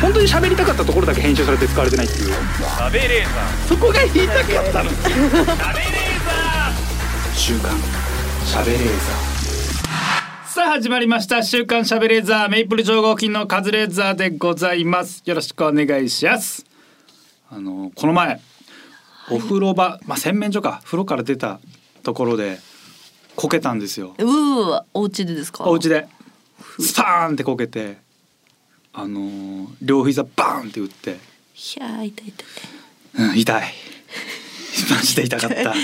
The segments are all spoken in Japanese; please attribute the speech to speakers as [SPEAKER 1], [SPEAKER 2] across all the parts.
[SPEAKER 1] 本当に喋りたかったところだけ編集されて使われてないっていう
[SPEAKER 2] 食べレーザ
[SPEAKER 1] そこが言いたかったの
[SPEAKER 2] ー食べレーザ
[SPEAKER 1] 週刊喋れー
[SPEAKER 3] さあ始まりました週刊しゃべレーザーメイプル超合金のカズレーザーでございますよろしくお願いしますあのこの前お風呂場まあ洗面所か風呂から出たところでこけたんですよ
[SPEAKER 4] うーお家でですか
[SPEAKER 3] お家でスパーンってこけてあのー両膝バーンって打って、
[SPEAKER 4] いやー痛い痛い
[SPEAKER 3] うん、痛い マジで痛かった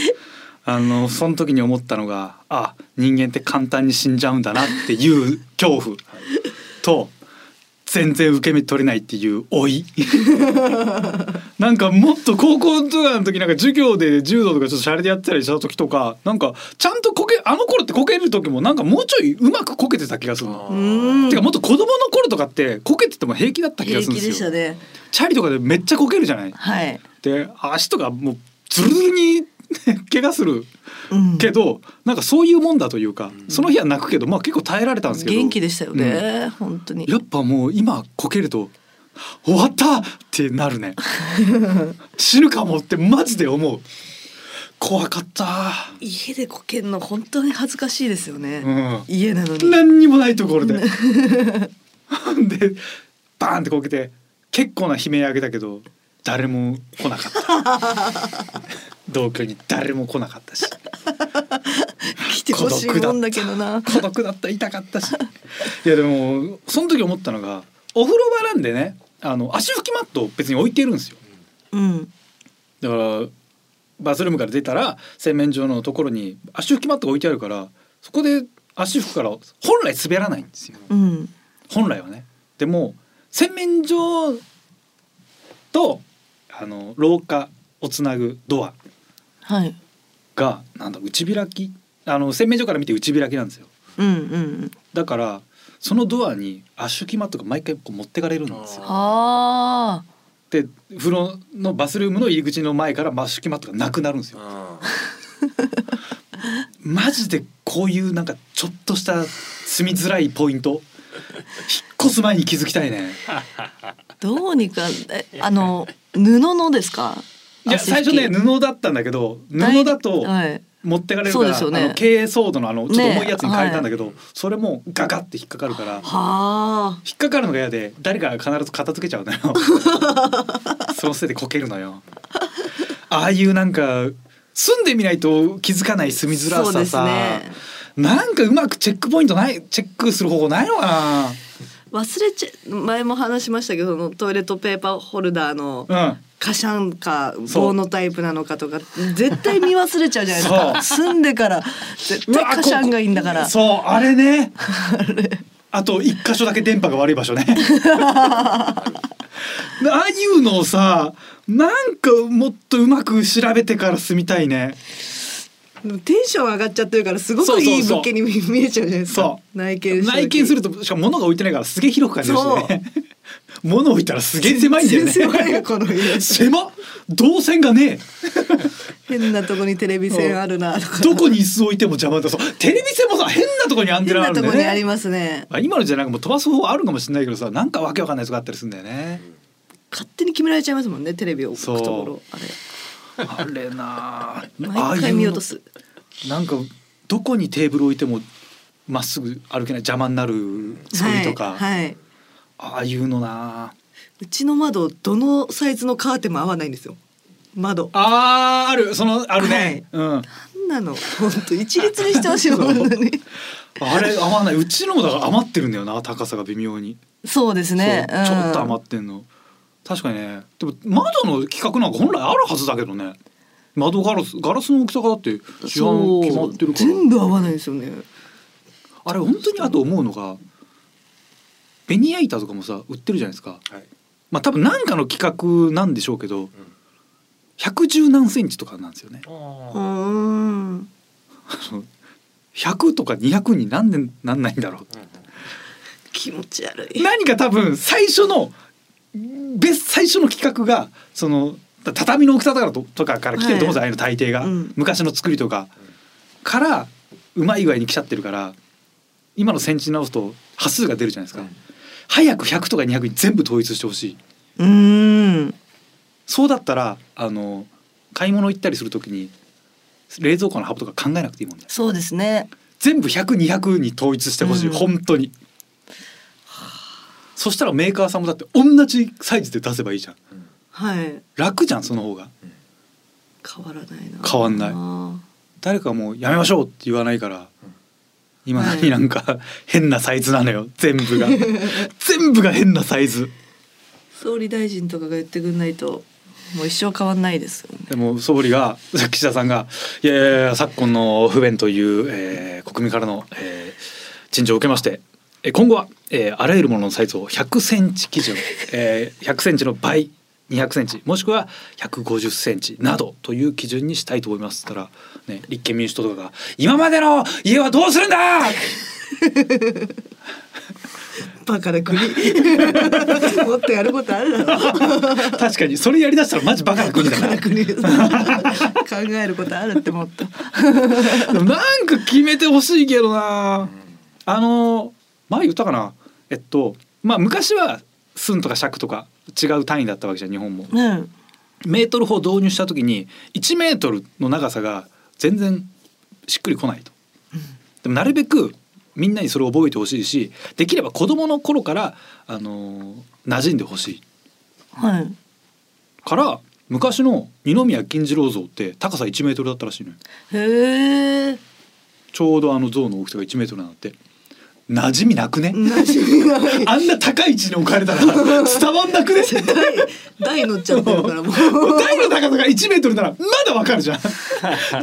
[SPEAKER 3] あのその時に思ったのがあ人間って簡単に死んじゃうんだなっていう恐怖と全然受け身取れないっていう老い なんかもっと高校とかの時なんか授業で柔道とかちょっとシャレでやってたりした時とかなんかちゃんとこけあの頃ってこける時もなんかもうちょいうまくこけてた気がするの。
[SPEAKER 4] うん
[SPEAKER 3] てかもっと子供の頃とかってこけてても平気だった気が
[SPEAKER 4] 平
[SPEAKER 3] するん
[SPEAKER 4] 気
[SPEAKER 3] で
[SPEAKER 4] ですし
[SPEAKER 3] よ。
[SPEAKER 4] たね
[SPEAKER 3] チャリとかでめっちゃこけるじゃない。
[SPEAKER 4] はい、
[SPEAKER 3] で足とかもうズルズルに 怪我する
[SPEAKER 4] うん、
[SPEAKER 3] けど、なんかそういうもんだというか、その日は泣くけどまあ結構耐えられたんですけど
[SPEAKER 4] 元気でしたよね、本当に
[SPEAKER 3] やっぱもう今こけると終わったってな るね死ぬかもってマジで思う怖かった、
[SPEAKER 4] 家でこけんの本当に恥ずかしいですよね、
[SPEAKER 3] うん、
[SPEAKER 4] 家なのに
[SPEAKER 3] 何にもないところで でバーンってこけて結構な悲鳴あげたけど誰も来なかった同居に誰も来なかったし
[SPEAKER 4] 来てほしいもんだけどな
[SPEAKER 3] 孤独だった痛かったしいやでもその時思ったのがお風呂場なんでねあの足拭きマットを別に置いてるんですよ
[SPEAKER 4] うん
[SPEAKER 3] だからバスルームから出たら洗面所のところに足拭きマットが置いてあるからそこで足拭くから本来滑らないんですよ
[SPEAKER 4] うん
[SPEAKER 3] 本来はねでも洗面所とあの廊下をつなぐドア
[SPEAKER 4] はい
[SPEAKER 3] がなんだ内開きあの洗面所から見て内開きなんですよ
[SPEAKER 4] うんうん
[SPEAKER 3] だからそのドアに圧縮マットが毎回こう持ってかれるんですよ
[SPEAKER 4] ああ
[SPEAKER 3] で風呂のバスルームの入り口の前から圧縮マットがなくなるんですよ
[SPEAKER 2] ー
[SPEAKER 3] マジでこういうなんかちょっとした住みづらいポイント引っ越す前に気づきたいね
[SPEAKER 4] どうにかえあの布のですか
[SPEAKER 3] いや
[SPEAKER 4] 汗拭
[SPEAKER 3] 最
[SPEAKER 4] き
[SPEAKER 3] 初ね布だったんだけど布だと
[SPEAKER 4] はい、
[SPEAKER 3] 持ってかれる
[SPEAKER 4] そ
[SPEAKER 3] か
[SPEAKER 4] う
[SPEAKER 3] ら、
[SPEAKER 4] ですよね
[SPEAKER 3] あの経営騒動のあのちょっと重いやつに変えたんだけど、
[SPEAKER 4] ね
[SPEAKER 3] それもガガって引っかかるから
[SPEAKER 4] はあ
[SPEAKER 3] 引っかかるのが嫌で誰かが必ず片付けちゃう のよそのせいでこけるのよああいうなんか住んでみないと気づかない住みづら
[SPEAKER 4] そう
[SPEAKER 3] さ
[SPEAKER 4] です
[SPEAKER 3] さ、
[SPEAKER 4] ね
[SPEAKER 3] なんかうまくチェックポイントないチェックする方法ないのか
[SPEAKER 4] 忘れちゃ前も話しましたけどそのトイレットペーパーホルダーの
[SPEAKER 3] なうん
[SPEAKER 4] カシャンか
[SPEAKER 3] そう
[SPEAKER 4] 棒のタイプなのかとか絶対見忘れちゃうじゃないですか住んでから絶対カシャンがいいんだから
[SPEAKER 3] うわここそうあれ ねあと一箇所だけ電波が悪い場所ねああいうのをさなんかもっとうまく調べてから住みたいね
[SPEAKER 4] でもテンション上がっちゃってるからすご
[SPEAKER 3] そう
[SPEAKER 4] く
[SPEAKER 3] そうそう
[SPEAKER 4] いい物件に見見えちゃうじゃないですか
[SPEAKER 3] そう
[SPEAKER 4] 内見した時
[SPEAKER 3] 内見するとしかも物が置いてないからすげえ広く感じるしね 物置いたらすげえ狭いんだよね
[SPEAKER 4] 全然狭いよこの家
[SPEAKER 3] 狭っ動線がね
[SPEAKER 4] 変なとこにテレビ線あるなと
[SPEAKER 3] え
[SPEAKER 4] か
[SPEAKER 3] どこに椅子置いても邪魔だそうテレビ線もさ変なとこにアンテ
[SPEAKER 4] 変
[SPEAKER 3] ナあ
[SPEAKER 4] な
[SPEAKER 3] る
[SPEAKER 4] と
[SPEAKER 3] んだ
[SPEAKER 4] こ
[SPEAKER 3] よ
[SPEAKER 4] にあり
[SPEAKER 3] ね
[SPEAKER 4] ますね
[SPEAKER 3] あ今のじゃなんかもう飛ばす方法あるかもしれないけどさなんかわけわかんないやつがあったりするんだよね
[SPEAKER 4] 勝手に決められちゃいますもんねテレビを置く
[SPEAKER 3] そう
[SPEAKER 4] ところあれ
[SPEAKER 3] あれなあ
[SPEAKER 4] 毎回見落と
[SPEAKER 3] あ
[SPEAKER 4] す
[SPEAKER 3] あいうのなんかどこにテーブル置いてもまっすぐ歩けない邪魔になる作りとか、
[SPEAKER 4] はい、はい、
[SPEAKER 3] ああいうのなあ
[SPEAKER 4] うちの窓どのサイズのカーテンも合わないんですよ窓
[SPEAKER 3] あーあるそのあるね、うん
[SPEAKER 4] なんなの本当一律にしてほしいの本当に
[SPEAKER 3] あれ余んないうちのもだから余ってるんだよな高さが微妙に、
[SPEAKER 4] そうですね
[SPEAKER 3] そうちょっと余
[SPEAKER 4] っ
[SPEAKER 3] ってんの確かにねでも窓の規格なんか本来あるはずだけどね窓ガラスガラスの大きさがだって基本決まってるから
[SPEAKER 4] 全部合わないですよね
[SPEAKER 3] あれ本当にあと思うのがベニヤ板とかもさ売ってるじゃないですか
[SPEAKER 2] はい
[SPEAKER 3] まあ多分何かの規格なんでしょうけど110何センチとかなんですよね
[SPEAKER 4] う
[SPEAKER 2] あ
[SPEAKER 4] ーん
[SPEAKER 3] あ の100とか200になんでなんないんだろう
[SPEAKER 2] ーうん
[SPEAKER 4] 気持ち悪い
[SPEAKER 3] 何か多分最初のべ最初の企画がそのた畳の大きさだからととかから来てると思うんですよ、ああいうの大抵が、
[SPEAKER 4] うん
[SPEAKER 3] 昔の作りとかからうまい具合に来ちゃってるから今のセンチに直すと端数が出るじゃないですか、
[SPEAKER 2] うん
[SPEAKER 3] 早く100とか200に全部統一してほしい
[SPEAKER 4] うん
[SPEAKER 3] そうだったらあの買い物行ったりするときに冷蔵庫の幅とか考えなくていいもんね
[SPEAKER 4] そうですね
[SPEAKER 3] 全部100200に統一してほしい、
[SPEAKER 4] うん
[SPEAKER 3] 本当にそしたらメーカーさんもだって同じサイズで出せばいいじゃん
[SPEAKER 4] はい
[SPEAKER 3] 楽じゃんその方が
[SPEAKER 4] 変わらないな
[SPEAKER 3] 変わんない
[SPEAKER 4] あ
[SPEAKER 3] 誰かもうやめましょうって言わないから今
[SPEAKER 4] は
[SPEAKER 3] 何
[SPEAKER 4] い
[SPEAKER 3] なんか変なサイズなのよ全部 が全部が変なサイズ
[SPEAKER 4] ー総理大臣とかが言ってくんないともう一生変わんないですよね
[SPEAKER 3] でも総理が岸田さんが「いやいやいや昨今の不便という、えー国民からの、えー陳情を受けましてえー今後は、えーあらゆるもののサイズを100センチ基準、えー100センチの倍200センチもしくは150センチなどという基準にしたいと思います」って言ったら、ね、立憲民主党とかが「今までの家はどうするんだ!」
[SPEAKER 4] バカな 国もっとやることあるだろ
[SPEAKER 3] 確かにそれやりだしたらマジバカな国だ
[SPEAKER 4] バ
[SPEAKER 3] か
[SPEAKER 4] カ
[SPEAKER 3] ら
[SPEAKER 4] な国 考えることあるってもっと
[SPEAKER 3] でもなんか決めてほしいけどなあの前言ったかなえっとまあ昔は寸とか尺とか違う単位だったわけじゃん日本も
[SPEAKER 4] うん
[SPEAKER 3] メートル法導入した時に1メートルの長さが全然しっくりこないとでもなるべくみんなにそれを覚えてほしいしできれば子どもの頃からあの馴染んでほしい
[SPEAKER 4] はい
[SPEAKER 3] から昔の二宮金次郎像って高さ1メートルだったらしいのよ
[SPEAKER 4] へえ
[SPEAKER 3] ちょうどあの像の大きさが1メートルなんだって馴染みなくね、
[SPEAKER 4] なじみない
[SPEAKER 3] あんな高い位置に置かれたら伝わんなくね
[SPEAKER 4] 台乗っちゃってるからもう
[SPEAKER 3] 台の高さが1メートルならまだわかるじゃん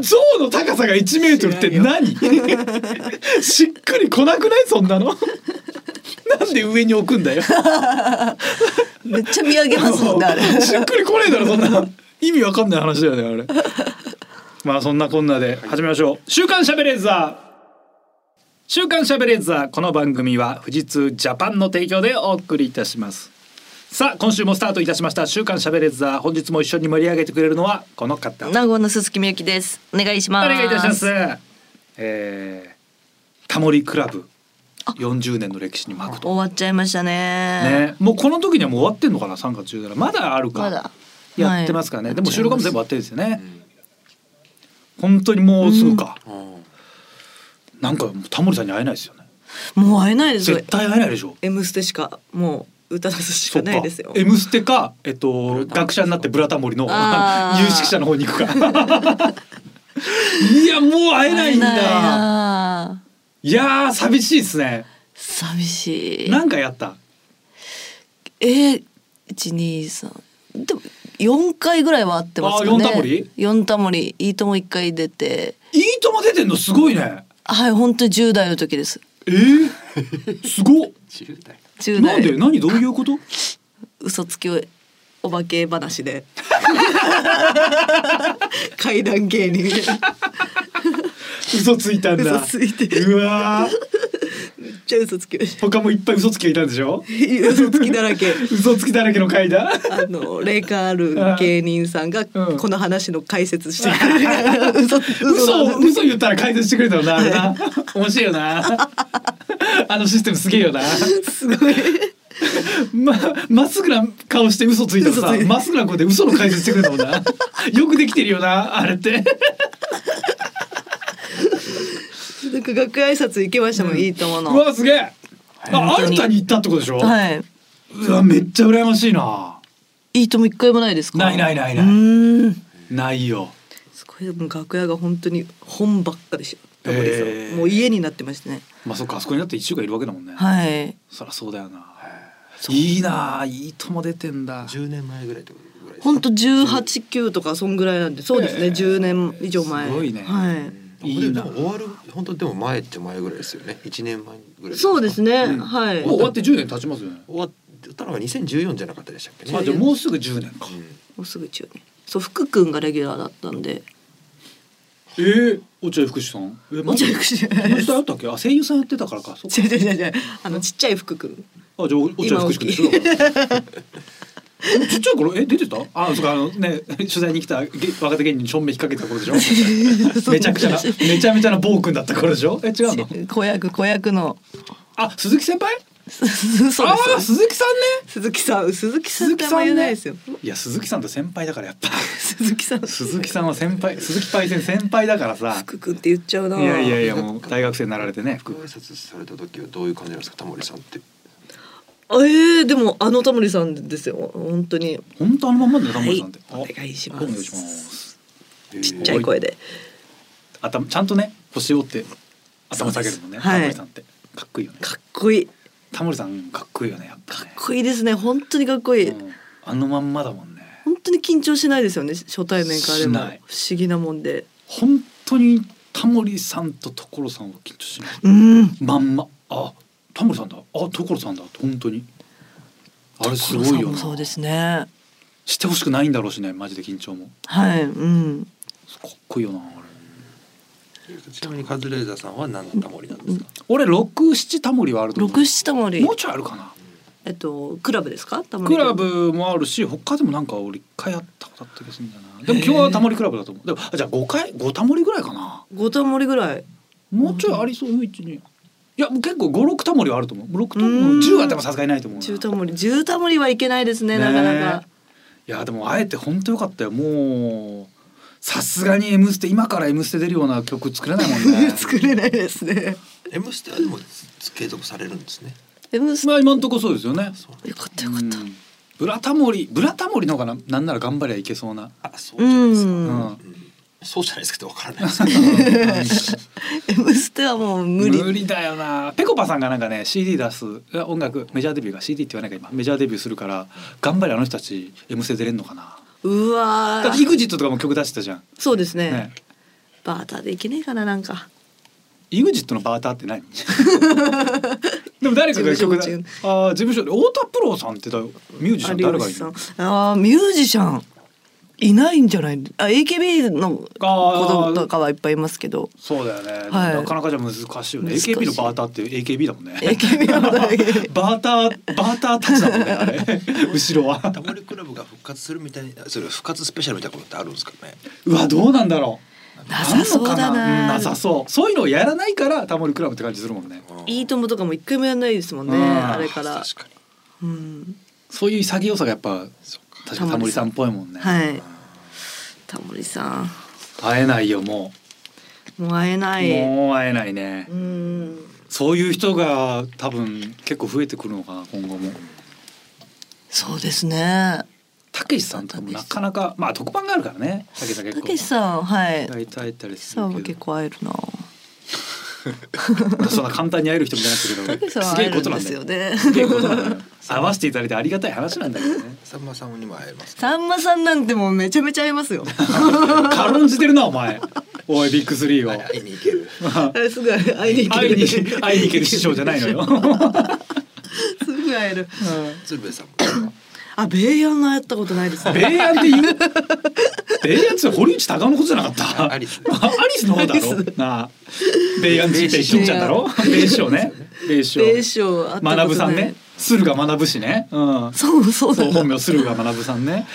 [SPEAKER 3] 像の高さが1メートルって何しっくりこなくないそんなのなんで上に置くんだよし
[SPEAKER 4] めっちゃ見上げますもんねあれ
[SPEAKER 3] っくりこねえだろそん な意味わかんない話だよねあれまあそんなこんなで始めましょう「週刊しゃべれーザー」週刊しゃべれーザーこの番組は富士通ジャパンの提供でお送りいたしますさあ今週もスタートいたしました週刊しゃべれーザー本日も一緒に盛り上げてくれるのはこの方お
[SPEAKER 4] 名古屋の鈴木みゆきですお願いします
[SPEAKER 3] 願いいたしますえー、タモリクラブ40年の歴史に幕と
[SPEAKER 4] 終わっちゃいましたね
[SPEAKER 3] ねもうこの時にはもう終わってんのかな3月17まだあるか
[SPEAKER 4] まだ
[SPEAKER 3] やってますからね、
[SPEAKER 4] はい
[SPEAKER 3] でも収録も全部終わってるんですよね、本当にもうすぐか、なんかもうタモリさんに会えないですよね
[SPEAKER 4] もう会えないですよ
[SPEAKER 3] 絶対会えないでしょ
[SPEAKER 4] M ステしかもう歌出すしかないですよ
[SPEAKER 3] そっか M ステかえっと学者になってブラタモリの 有
[SPEAKER 4] あー
[SPEAKER 3] 識者の方に行く かいやもう会えないん
[SPEAKER 4] 会えない
[SPEAKER 3] だ
[SPEAKER 4] ない
[SPEAKER 3] やー寂しいですね
[SPEAKER 4] 寂しい
[SPEAKER 3] なんかやった
[SPEAKER 4] えー、123でも4回ぐらいは会ってますよね
[SPEAKER 3] あー四タモリ
[SPEAKER 4] 4タモリいいとも1回出て
[SPEAKER 3] いいとも出てんのすごいね
[SPEAKER 4] はい本当に10代の時です
[SPEAKER 3] えー、す ごっ
[SPEAKER 4] 10
[SPEAKER 3] なん
[SPEAKER 4] 代
[SPEAKER 3] で何どういうこと
[SPEAKER 4] 嘘つきをお化け話で怪談芸人
[SPEAKER 3] 嘘ついたんだ
[SPEAKER 4] 嘘ついてる
[SPEAKER 3] うわー
[SPEAKER 4] めっちゃ嘘つきでし
[SPEAKER 3] 他もいっぱい嘘つきがいたんでしょ
[SPEAKER 4] た嘘つきだらけ
[SPEAKER 3] 嘘つきだらけの回だ
[SPEAKER 4] あの霊感ある芸人さんが
[SPEAKER 3] うん
[SPEAKER 4] この話の解説してくれる嘘
[SPEAKER 3] 嘘を
[SPEAKER 4] 嘘
[SPEAKER 3] 嘘言ったら解説してくれたのなあれな 面白いよなあのシステムすげえよな
[SPEAKER 4] すごい
[SPEAKER 3] ままっすぐな顔して嘘ついたら
[SPEAKER 4] 嘘つい
[SPEAKER 3] さ
[SPEAKER 4] て
[SPEAKER 3] まっすぐな顔で嘘の解説してくれたもんなよくできてるよなあれって
[SPEAKER 4] なんか学会挨拶行けましたもん、いいとも
[SPEAKER 3] う
[SPEAKER 4] の
[SPEAKER 3] わすげえあ
[SPEAKER 4] 本当
[SPEAKER 3] ア
[SPEAKER 4] に
[SPEAKER 3] ルタに行ったってことでしょ、
[SPEAKER 4] はいう
[SPEAKER 3] わめっちゃ羨ましいない
[SPEAKER 4] いとも一回もないですか
[SPEAKER 3] ないないないないう
[SPEAKER 4] ーん
[SPEAKER 3] ないよ
[SPEAKER 4] すごいもう楽屋が本当に本ばっかでしたタモリさん
[SPEAKER 3] へー
[SPEAKER 4] もう家になってましたね
[SPEAKER 3] まあそっかあそこにだって1週間いるわけだもんね、
[SPEAKER 4] はい
[SPEAKER 3] そりゃそうだよないいないいとも出てんだ
[SPEAKER 5] 10年前ぐらいってことぐらいです
[SPEAKER 4] 本当十八九とかそんぐらいなんでそうですね十、年以上前
[SPEAKER 3] すごいね
[SPEAKER 4] はい
[SPEAKER 5] あでも
[SPEAKER 3] いいな
[SPEAKER 5] でも終わる本当でも前っちゃ前ぐらいですよね1年前ぐらい
[SPEAKER 4] そうです
[SPEAKER 5] ね
[SPEAKER 4] ね、
[SPEAKER 3] うん
[SPEAKER 4] はい
[SPEAKER 3] もう終わって10年経ちますよね
[SPEAKER 5] 終わったのが2014じゃなかったでしたっけね
[SPEAKER 3] あじゃあもうすぐ10年か
[SPEAKER 5] うん
[SPEAKER 4] もうすぐ中年そう福君がレギュラーだったんで
[SPEAKER 3] えー、落合福士さんえ
[SPEAKER 4] もうちょい福祉
[SPEAKER 3] マジであったっけあ声優さんやってたからかそっか
[SPEAKER 4] 違う違う違う違うあのちっちゃい福君
[SPEAKER 3] あじゃあお落合福士君でしょ
[SPEAKER 4] 今
[SPEAKER 3] だからちっちゃい頃え出てたあそうかあのね取材に来たげ若手芸人にちょんべん引っ掛けた頃でしょ めちゃくちゃなめちゃめちゃな暴君だった頃でしょえ違うの
[SPEAKER 4] 子役子役の
[SPEAKER 3] あ鈴木先輩
[SPEAKER 4] そうです
[SPEAKER 3] ああ鈴木さんね
[SPEAKER 4] 鈴木さん鈴木さんってあんま言えないですよ
[SPEAKER 3] いや鈴木さんと先輩だからやっぱ
[SPEAKER 4] 鈴木さん,、
[SPEAKER 3] 鈴木さんは先輩鈴木パイセン先輩だからさ
[SPEAKER 4] 福君って言っちゃうない
[SPEAKER 3] いやいやいやもう大学生になられてね
[SPEAKER 5] ご挨拶された時はどういう感じなんですかタモリさんって
[SPEAKER 4] えー、でもあのタモリさんですよ本当に
[SPEAKER 3] 本当あのまんまだよタモリさんって、
[SPEAKER 4] はいお願いします
[SPEAKER 3] お願いします
[SPEAKER 4] ちっちゃい声で
[SPEAKER 3] 頭ちゃんとね腰折って頭下げるもんね、
[SPEAKER 4] そうですは
[SPEAKER 3] タ
[SPEAKER 4] い
[SPEAKER 3] モリさんってかっこいいよね
[SPEAKER 4] かっこいいか
[SPEAKER 3] タモリさんかっこいいよねやっぱね
[SPEAKER 4] っこいいですね本当にかっこいい、
[SPEAKER 3] うんあのまんまだもんね
[SPEAKER 4] 本当に緊張しないですよね初対面からでも
[SPEAKER 3] しない
[SPEAKER 4] 不思議なもんで
[SPEAKER 3] 本当にタモリさんと所さんは緊張しない
[SPEAKER 4] うん
[SPEAKER 3] まんまあタモリさんだあ所さんだ本当にあれすごい
[SPEAKER 4] 所さ
[SPEAKER 3] よ
[SPEAKER 4] んも
[SPEAKER 3] な
[SPEAKER 4] そうですね
[SPEAKER 3] してほしくないんだろうしねマジで緊張も
[SPEAKER 4] はいうん
[SPEAKER 3] かっこいいよなあれ
[SPEAKER 5] ちなみにカズレーザーさんは何のタモリなんですか
[SPEAKER 3] 俺六七タモリはあると思う
[SPEAKER 4] 六七タモリ
[SPEAKER 3] もうちょいあるかな
[SPEAKER 4] えっとクラブですかタモリ
[SPEAKER 3] クラブもあるし他でもなんか俺一回やったことあった気がするんだよなでも今日はタモリクラブだと思うでもあじゃあ5回5タモリぐらいかな
[SPEAKER 4] 五タモリぐらい
[SPEAKER 3] もうちょいありそう1 2いやもう結構56タモリはあると思う6タモリ
[SPEAKER 4] うん
[SPEAKER 3] 10あってもさすがにないと思うな
[SPEAKER 4] 中タモリ十タモリはいけないですねなかなか
[SPEAKER 3] いやでもあえて本当よかったよもうさすがに「M ステ」今から「M ステ」出るような曲作れないもんね
[SPEAKER 4] 作れないですね
[SPEAKER 5] M ステはでも継続されるんですね
[SPEAKER 4] M ス
[SPEAKER 3] まあ今んとこそうですよね
[SPEAKER 5] そう
[SPEAKER 4] よかったよかった
[SPEAKER 3] うんブラタモリブラタモリの方がななんなら頑張りゃいけそうな
[SPEAKER 5] あそうじゃないですか、
[SPEAKER 4] う
[SPEAKER 5] うん
[SPEAKER 4] ん
[SPEAKER 5] そうじゃないですけどわからないです
[SPEAKER 4] ムステはもう無理
[SPEAKER 3] 無理だよなぺこぱさんがなんかね CD 出すいや音楽メジャーデビューが CD って言わないか今メジャーデビューするから頑張りあの人たち「M ステ」出れんのかな
[SPEAKER 4] うわ
[SPEAKER 3] だって
[SPEAKER 4] ー
[SPEAKER 3] EXIT とかも曲出してたじゃん、
[SPEAKER 4] そうですね
[SPEAKER 3] ね、
[SPEAKER 4] バーターでいけねえかななんか
[SPEAKER 3] EXIT のバーター って何でも誰かが曲だ
[SPEAKER 4] 事務
[SPEAKER 3] ああ事務所で太田プロさんってだミュージシャン誰がいる
[SPEAKER 4] 有吉さん
[SPEAKER 3] の
[SPEAKER 4] あーミュージシャンいないんじゃないあ AKB の子
[SPEAKER 3] あー
[SPEAKER 4] とかはいっぱいいますけど
[SPEAKER 3] そうだよね、
[SPEAKER 4] はい
[SPEAKER 3] なかなかじゃ難しいよね
[SPEAKER 4] 難しい
[SPEAKER 3] AKB のバーターって AKB だもんね
[SPEAKER 4] AKB の 子だけ
[SPEAKER 3] バーターバーターたちだもんねあれ 後ろは
[SPEAKER 5] タモリクラブが復活するみたいなそれ復活スペシャルみたいなことってあるんですかね
[SPEAKER 3] うわどうなんだろう
[SPEAKER 4] なさそうだ
[SPEAKER 3] あんのかうん
[SPEAKER 4] な
[SPEAKER 3] なさそうそういうのをやらないからタモリクラブって感じするもんね
[SPEAKER 4] いいともとかも一回もやんないですもんね
[SPEAKER 3] うん
[SPEAKER 4] あれから
[SPEAKER 5] 確かに
[SPEAKER 4] うん
[SPEAKER 3] そういう潔さがやっぱ
[SPEAKER 5] そうか
[SPEAKER 3] 確かにタモリさんっぽいもんね、
[SPEAKER 4] はいタモリさ
[SPEAKER 3] 会えないよも
[SPEAKER 4] んもう会えな
[SPEAKER 3] う、
[SPEAKER 4] い
[SPEAKER 3] もう会えないね、
[SPEAKER 4] うん
[SPEAKER 3] そういう人が多分結構増えてくるのかな今後も
[SPEAKER 4] そうですね
[SPEAKER 3] たけしさんとかもなかなかまあ特番があるからねたけしさん結
[SPEAKER 4] た
[SPEAKER 3] 構
[SPEAKER 4] けしさんはい
[SPEAKER 3] 大体会えたりす
[SPEAKER 4] さ
[SPEAKER 3] る
[SPEAKER 4] んは
[SPEAKER 3] け
[SPEAKER 4] 結
[SPEAKER 3] ど
[SPEAKER 4] 構会えるな
[SPEAKER 3] そんな簡単に会える人みたいになって
[SPEAKER 4] た
[SPEAKER 3] るけ
[SPEAKER 4] け
[SPEAKER 3] ど
[SPEAKER 4] し
[SPEAKER 3] す
[SPEAKER 4] さんは
[SPEAKER 3] げえことなんだよ
[SPEAKER 4] 会えるんですよね
[SPEAKER 3] すげえことなん だよ会わせていただいてありがたい話なんだけどね
[SPEAKER 5] さんまさんにも会えます
[SPEAKER 4] さんまさんなんてもうめちゃめちゃ会えま すよ
[SPEAKER 3] 軽んじてるなお前おいビッグスリーを
[SPEAKER 5] 会いに行ける
[SPEAKER 4] あれすぐ会いに行け
[SPEAKER 3] 会い
[SPEAKER 4] る
[SPEAKER 3] に会いに行ける師匠じゃないのよ
[SPEAKER 4] すぐ会える
[SPEAKER 5] 鶴瓶さんもですか
[SPEAKER 4] あ米安の会ったことないですね
[SPEAKER 3] 米安って言う米安って堀内孝雄のことじゃなかった
[SPEAKER 5] アリス
[SPEAKER 3] あ アリスの方だ
[SPEAKER 4] アリ
[SPEAKER 3] ろ
[SPEAKER 4] ス
[SPEAKER 3] なあ米安チーペイ金ちゃんだろ米師匠ね米師匠
[SPEAKER 4] 米賞会ったことない
[SPEAKER 3] 学さんね駿河学ぶしねうん
[SPEAKER 4] そうそう
[SPEAKER 3] そう
[SPEAKER 4] だ
[SPEAKER 3] 本名駿河学さんね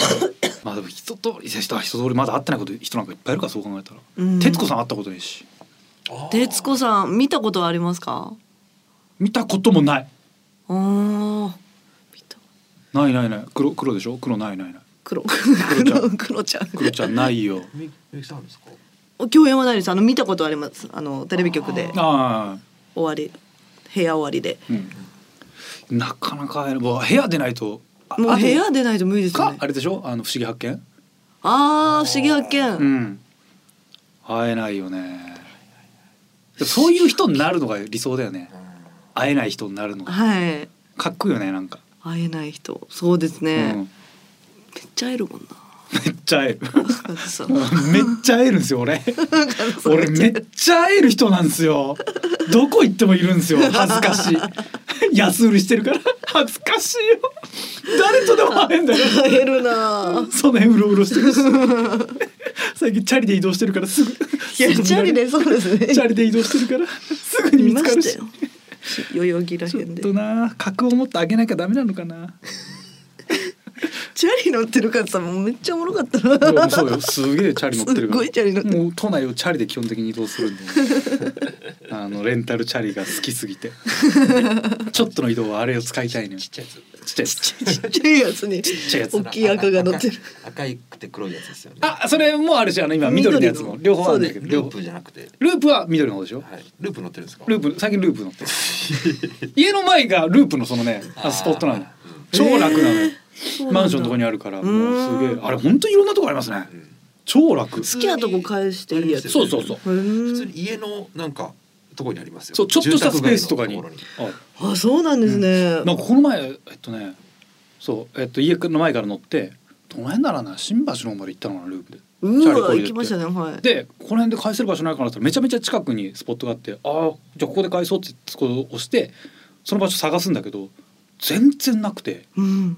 [SPEAKER 3] まあでも一通り人は一通りまだ会ってないこと人なんかいっぱいいるからそう考えたら、
[SPEAKER 4] うん
[SPEAKER 3] 徹子さん会ったことないし
[SPEAKER 4] 徹子さん見たことありますか
[SPEAKER 3] 見たこともない
[SPEAKER 4] あー見た
[SPEAKER 3] ないないない黒黒でしょ黒ないないない
[SPEAKER 4] 黒
[SPEAKER 3] ちゃん
[SPEAKER 4] 黒黒ちゃん
[SPEAKER 3] 黒ちゃんないよ
[SPEAKER 5] みゆきさんですか
[SPEAKER 4] 共演はないですあの見たことありますあのテレビ局で
[SPEAKER 3] ああ
[SPEAKER 4] 終わり部屋終わりで
[SPEAKER 3] うんなかなか会えるもう部屋でないとあ
[SPEAKER 4] も
[SPEAKER 3] あ
[SPEAKER 4] う
[SPEAKER 3] と
[SPEAKER 4] 部屋でないと無理ですよ
[SPEAKER 3] か
[SPEAKER 4] ね
[SPEAKER 3] あれでしょあの不思議発見
[SPEAKER 4] あー不思議発見、
[SPEAKER 3] うん会えないよねでもそういう人になるのが理想だよね会えない人になるのが
[SPEAKER 4] はい
[SPEAKER 3] かっこいいよねなんか、
[SPEAKER 4] 会えない人そうですね、
[SPEAKER 3] う
[SPEAKER 4] めっ
[SPEAKER 3] ん
[SPEAKER 4] ちゃ会えるもんな
[SPEAKER 3] めっちゃ会える
[SPEAKER 4] だってさ
[SPEAKER 3] めっちゃ会えるんですよ俺俺めっちゃ会える人なんですよどこ行ってもいるんですよ恥ずかしい安売りしてるから恥ずかしいよ誰とでも会えんだよ
[SPEAKER 4] 会えるな
[SPEAKER 3] その辺うろうろしてる し最近チャリで移動してるからすぐ
[SPEAKER 4] いやチャリでそうですね
[SPEAKER 3] チャリで移動してるから すぐに
[SPEAKER 4] 見
[SPEAKER 3] 見
[SPEAKER 4] ま
[SPEAKER 3] つかる
[SPEAKER 4] し
[SPEAKER 3] した
[SPEAKER 4] よ 代々木ら
[SPEAKER 3] ちょ
[SPEAKER 4] へ
[SPEAKER 3] っ
[SPEAKER 4] んで
[SPEAKER 3] とな格を持ってあげなきゃダメなのかな
[SPEAKER 4] チャリ乗ってるからさもうめっちゃおもろかったな
[SPEAKER 3] もうそうよすげえチャリ乗ってるから
[SPEAKER 4] すっごいチャリ乗ってる
[SPEAKER 3] もう都内をチャリで基本的に移動するんで あのレンタルチャリが好きす ぎてちょっとの移動はあれを使いたいのよ
[SPEAKER 5] ち
[SPEAKER 3] ち
[SPEAKER 5] っちゃいやつ
[SPEAKER 3] っちゃいやつ
[SPEAKER 4] ちっちゃいやつに
[SPEAKER 3] ちゃいやつ
[SPEAKER 4] 大きい赤が乗ってる
[SPEAKER 5] 赤赤いくて黒いやつですよね
[SPEAKER 3] あそれもあるしあの今緑のやつも
[SPEAKER 4] 緑
[SPEAKER 3] 両
[SPEAKER 4] の
[SPEAKER 3] 方あるんだけど
[SPEAKER 5] ル
[SPEAKER 3] 両
[SPEAKER 5] ー
[SPEAKER 3] 方
[SPEAKER 5] プじゃなくて
[SPEAKER 3] ループは緑の方でしょ、
[SPEAKER 5] はいループ乗ってるんですか
[SPEAKER 3] ループ最近ループ乗ってる家の前がループのそのねあスポットなの超楽なのよ、マンションのとこにあるからもうすげえあれ本当にいろんなとこありますね超楽
[SPEAKER 4] 好きなとこ返していいやつ
[SPEAKER 3] そうそうそう
[SPEAKER 4] うーん
[SPEAKER 5] 普通に家のなんかとこにありますよ
[SPEAKER 3] そうちょっとしたスペースとかに
[SPEAKER 5] 住宅街のとこ
[SPEAKER 3] あ
[SPEAKER 4] あそうなんですね
[SPEAKER 3] なんかこの前えっとねそう、えっと、家の前から乗ってどの辺ならな新橋の方まで行ったのかなループで。チャリ
[SPEAKER 4] う
[SPEAKER 3] こ
[SPEAKER 4] わ
[SPEAKER 3] いでって
[SPEAKER 4] 行きましたねはい
[SPEAKER 3] でこの辺で返せる場所ないかなって言ったらめちゃめちゃ近くにスポットがあってああじゃあここで返そうってそこを押してその場所探すんだけど全然なくて
[SPEAKER 4] うん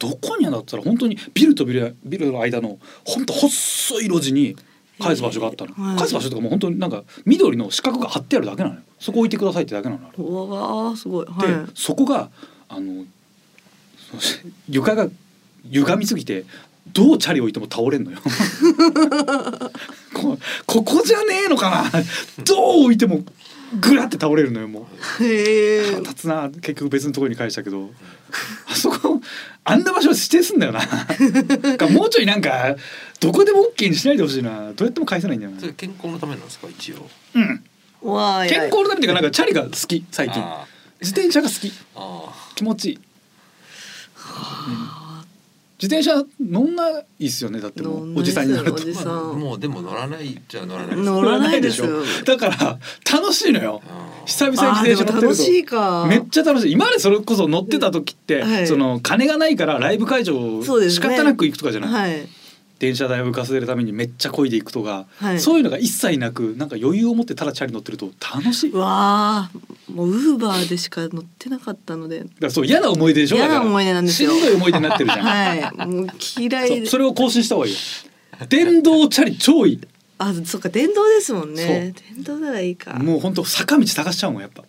[SPEAKER 3] どこにあるんだったら本当にビルとビルビルの間の本当細い路地に返す場所があったの、
[SPEAKER 4] えーはい
[SPEAKER 3] 返す場所とかもう本当になんか緑の四角が貼ってあるだけなのよそこ置いてくださいってだけなのあれ
[SPEAKER 4] うわあすごい
[SPEAKER 3] で、
[SPEAKER 4] は
[SPEAKER 3] そこがあの その床が歪みすぎてどうチャリ置いても倒れんのよ こここじゃねえのかなどう置いてもグラって倒れるのよもう
[SPEAKER 4] いへえ
[SPEAKER 3] 立つな結局別のところに返したけどあそこあんな場所指定すんだよななんかもうちょいなんかどこでも OK にしないでほしいなどうやっても返せないんだよな、
[SPEAKER 5] ろにそれ健康のためなんですか一応
[SPEAKER 3] うん、
[SPEAKER 4] わあ
[SPEAKER 3] 健康のためっていうかなんかチャリが好き最近
[SPEAKER 5] あ
[SPEAKER 3] 自転車が好き
[SPEAKER 5] ーあ
[SPEAKER 3] 気持ちいい、自転車乗んないっすよねだっても
[SPEAKER 4] 乗ん
[SPEAKER 3] う
[SPEAKER 4] ない
[SPEAKER 3] お
[SPEAKER 4] っす
[SPEAKER 3] じさんになる
[SPEAKER 4] お
[SPEAKER 3] と
[SPEAKER 4] じ
[SPEAKER 5] ー
[SPEAKER 4] さん
[SPEAKER 5] まあもうでも乗らないじゃ乗らないです
[SPEAKER 4] 乗らないですよ
[SPEAKER 3] 乗らない だから楽しいのよ
[SPEAKER 5] あー
[SPEAKER 3] 久々に
[SPEAKER 4] あー
[SPEAKER 3] 自
[SPEAKER 4] で
[SPEAKER 3] 転車
[SPEAKER 4] も
[SPEAKER 3] 乗って
[SPEAKER 4] 楽しい
[SPEAKER 3] る
[SPEAKER 4] か
[SPEAKER 3] とめっちゃ楽しい今までそれこそ乗ってた時って、
[SPEAKER 4] はい
[SPEAKER 3] その金がないからライブ会場
[SPEAKER 4] そうです
[SPEAKER 3] 仕
[SPEAKER 4] ね
[SPEAKER 3] 方なく行くとかじゃない、
[SPEAKER 4] はい
[SPEAKER 3] 電車代を浮かせるためにめっちゃ漕いでいくとか、
[SPEAKER 4] はい
[SPEAKER 3] そういうのが一切なくなんか余裕を持ってただチャリ乗ってると楽しいだか
[SPEAKER 4] わあもうウーバーでしか乗ってなかったので
[SPEAKER 3] らそう嫌な思い出でしょ
[SPEAKER 4] 嫌な
[SPEAKER 3] だから
[SPEAKER 4] 思い出なんですよ
[SPEAKER 3] しんどい思い出になってるじゃん、
[SPEAKER 4] はいもう嫌い
[SPEAKER 3] そう
[SPEAKER 4] で
[SPEAKER 3] それを更新した方がいいよ電動チャリ超いい
[SPEAKER 4] あそっか電動ですもんね電動ならいいか
[SPEAKER 3] もう本当坂道探しちゃうもんやっ ぱ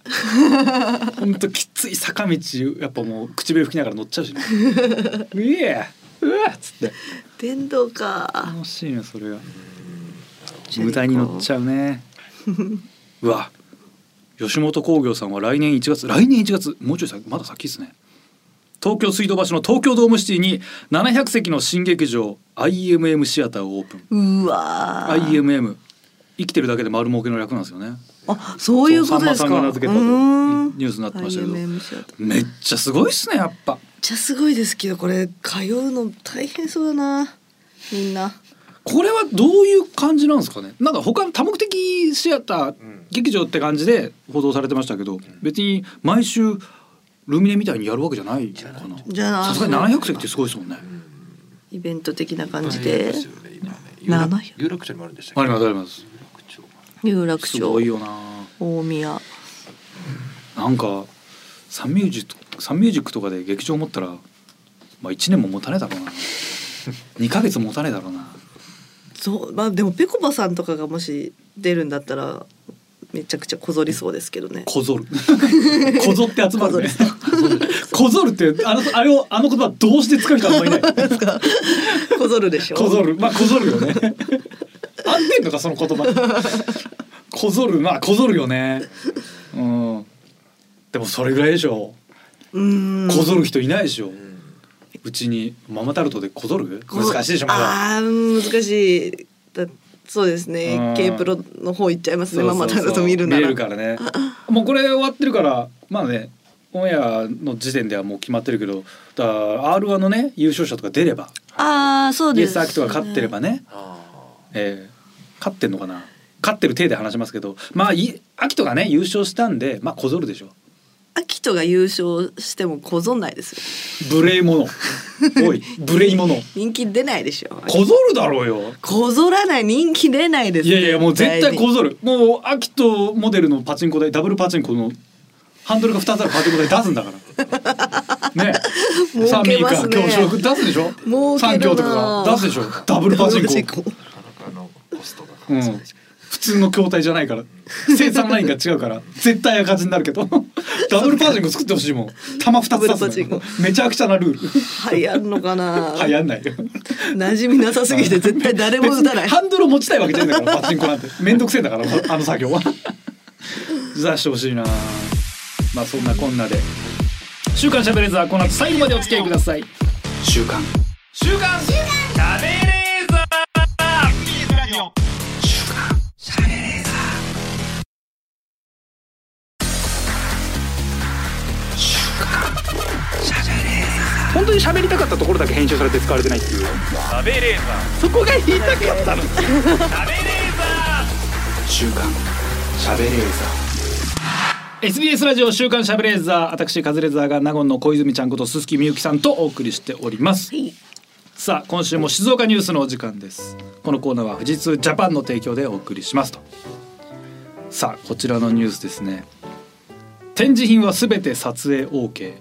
[SPEAKER 3] 本当きつい坂道やっぱもう口笛吹きながら乗っちゃうしねうえうわっつって
[SPEAKER 4] 電動か
[SPEAKER 3] 楽しいねそれが無駄に乗っちゃうね うわ吉本興業さんは来年1月来年1月もうちょい先まだ先ですね東京水道橋の東京ドームシティに700席の新劇場 IMM シアターをオープン
[SPEAKER 4] うわあ
[SPEAKER 3] IMM 生きてるだけで丸儲けの略なんですよね
[SPEAKER 4] あそういうことです
[SPEAKER 3] そうさ
[SPEAKER 4] か
[SPEAKER 3] んまさんが名付けたと
[SPEAKER 4] うーん
[SPEAKER 3] ニュースになってましたけど
[SPEAKER 4] IMM シアターめ
[SPEAKER 3] め
[SPEAKER 4] っ
[SPEAKER 3] っちゃすごいっすねやっぱ
[SPEAKER 4] ちゃすごいですけどこれ通うの大変そうだなみんな
[SPEAKER 3] これはどういう感じなんですかねなんか他の多目的シアター
[SPEAKER 5] うん
[SPEAKER 3] 劇場って感じで報道されてましたけど別に毎週ルミネみたいにやるわけじゃないかな
[SPEAKER 4] じゃあ
[SPEAKER 3] さすがに700席ってすごいですもんね
[SPEAKER 4] イベント的な感じ
[SPEAKER 5] いっぱい
[SPEAKER 4] で
[SPEAKER 5] ありますよね今ね
[SPEAKER 4] 700
[SPEAKER 5] 有楽町にもあるんでした
[SPEAKER 3] ありますあ
[SPEAKER 5] 有
[SPEAKER 3] ります
[SPEAKER 5] 楽町
[SPEAKER 4] 有楽
[SPEAKER 3] す
[SPEAKER 4] 町
[SPEAKER 3] ごいよな
[SPEAKER 4] 大宮
[SPEAKER 3] なんかサンミュージックサンミュージックとかで劇場持ったらまあ1年も持たねえだ ろうな2ヶ月も持たねえだろうな
[SPEAKER 4] そうまあでもぺこぱさんとかがもし出るんだったらめちゃくちゃこぞりそうですけどね
[SPEAKER 3] こぞるこぞって集まるね
[SPEAKER 5] そうです
[SPEAKER 3] こぞるってあのあれをあの言葉どうして使う人あんまいない
[SPEAKER 4] こぞるでしょ
[SPEAKER 3] こぞるまあこぞるよね 合ってんのかその言葉こぞるまあこぞるよねうんでもそれぐらいでしょ
[SPEAKER 4] うーん
[SPEAKER 3] こぞる人いないでしょ
[SPEAKER 5] うん
[SPEAKER 3] うちにママタルトでこぞる
[SPEAKER 4] こ
[SPEAKER 3] 難しいでしょまだ
[SPEAKER 4] あー難しいだそうです
[SPEAKER 3] う
[SPEAKER 4] ね
[SPEAKER 3] ん
[SPEAKER 4] K プロの方行っちゃいますねママタルト見るな
[SPEAKER 3] 見れ
[SPEAKER 4] ら
[SPEAKER 3] るからねもうこれ終わってるからまあねオンエアの時点ではもう決まってるけどだから R1 のね優勝者とか出れば
[SPEAKER 4] ああそう
[SPEAKER 3] イ
[SPEAKER 4] で
[SPEAKER 3] エ
[SPEAKER 4] す
[SPEAKER 3] スアキとか勝ってればね
[SPEAKER 5] あ
[SPEAKER 3] えー勝ってんのかな勝ってる体で話しますけどまあい秋とかね優勝したんでまあこぞるでしょ
[SPEAKER 4] アキトが優勝してもこぞんないですよ
[SPEAKER 3] 無礼 者おい無礼者
[SPEAKER 4] 人気出ないでしょ
[SPEAKER 3] こぞるだろうよ
[SPEAKER 4] こぞらない人気出ないです
[SPEAKER 3] いやいやもう絶対こぞるもう秋とモデルのパチンコ台ダブルパチンコのハンドルが2つあるパチンコ台出すんだ からね
[SPEAKER 4] 儲けます
[SPEAKER 3] 三味
[SPEAKER 4] ね
[SPEAKER 3] 以下教職出すでしょ
[SPEAKER 4] 儲けるな
[SPEAKER 3] 三強とかが出すでしょダブルパチンコ
[SPEAKER 4] コ
[SPEAKER 5] あなかなかのコストが
[SPEAKER 3] うん
[SPEAKER 5] そうですけど
[SPEAKER 3] 普通の筐体じゃないから生産ラインが違うから絶対赤字になるけ どダブルパージング作ってほしいもん玉2つ
[SPEAKER 4] ダブルパー
[SPEAKER 3] 刺
[SPEAKER 4] ジ
[SPEAKER 3] す
[SPEAKER 4] ング
[SPEAKER 3] のめちゃくちゃなルール
[SPEAKER 4] 流行んのかな
[SPEAKER 3] 流行んないよ
[SPEAKER 4] 馴染みなさすぎて絶対誰も打たない
[SPEAKER 3] ハンドルを持ちたいわけじゃないんだからパチンコなんてめんどくせえんだからあの作業は出してほしいなまあそんなこんなで「週刊しゃべれーザー」この後最後までお付き合いください
[SPEAKER 1] 週刊
[SPEAKER 2] 週刊週刊しゃべれーザー TBS ラジオ
[SPEAKER 1] 本当に喋りたかったところだけ編集されて使われてないっていう
[SPEAKER 2] しゃべれーザ
[SPEAKER 1] そ
[SPEAKER 2] ー
[SPEAKER 1] こが言いたかったの
[SPEAKER 2] しゃべれーザー
[SPEAKER 1] 週刊喋れーザ
[SPEAKER 3] SBS ラジオ週刊しゃべれーザー私カズレーザーが名古屋の小泉ちゃんこと鈴木みゆきさんとお送りしております
[SPEAKER 4] はい
[SPEAKER 3] さあ今週も静岡ニュースのお時間ですこのコーナーは富士通ジャパンの提供でお送りしますとさあこちらのニュースですね展示品はすべて撮影 OK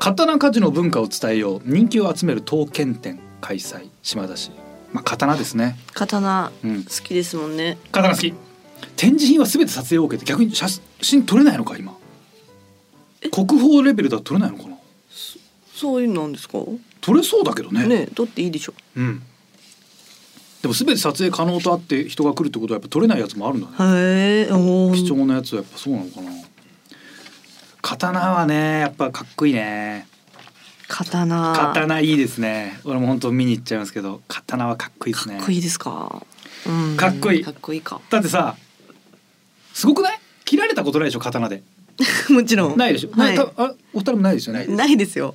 [SPEAKER 3] 刀鍛冶の文化を伝えよう人気を集める刀剣展開催島田市まあ刀ですね
[SPEAKER 4] 刀
[SPEAKER 3] うん
[SPEAKER 4] 好きですもんね、
[SPEAKER 3] 刀好き展示品はすべて撮影 OK って逆に写真撮れないのか今国宝レベルだと撮れないのかな
[SPEAKER 4] そういうのなんですか
[SPEAKER 3] 撮れそうだけどね
[SPEAKER 4] ね取っていいでしょ
[SPEAKER 3] うんでも全て撮影可能とあって人が来るってことはやっぱ撮れないやつもあるんだね
[SPEAKER 4] へえおー
[SPEAKER 3] 貴重なやつはやっぱそうなのかな刀はねやっぱかっこいいね
[SPEAKER 4] 刀
[SPEAKER 3] 刀いいですね俺も本当見に行っちゃいますけど刀はかっこいいです
[SPEAKER 4] か
[SPEAKER 3] ね
[SPEAKER 4] っこいいですか、うん
[SPEAKER 3] かっこいい
[SPEAKER 4] かっこい いか
[SPEAKER 3] だってさすごくない切られたことないでしょ刀で
[SPEAKER 4] もちろん
[SPEAKER 3] ないでしょ、
[SPEAKER 4] はい
[SPEAKER 3] な多分あお二人もないですよね
[SPEAKER 4] ないですよ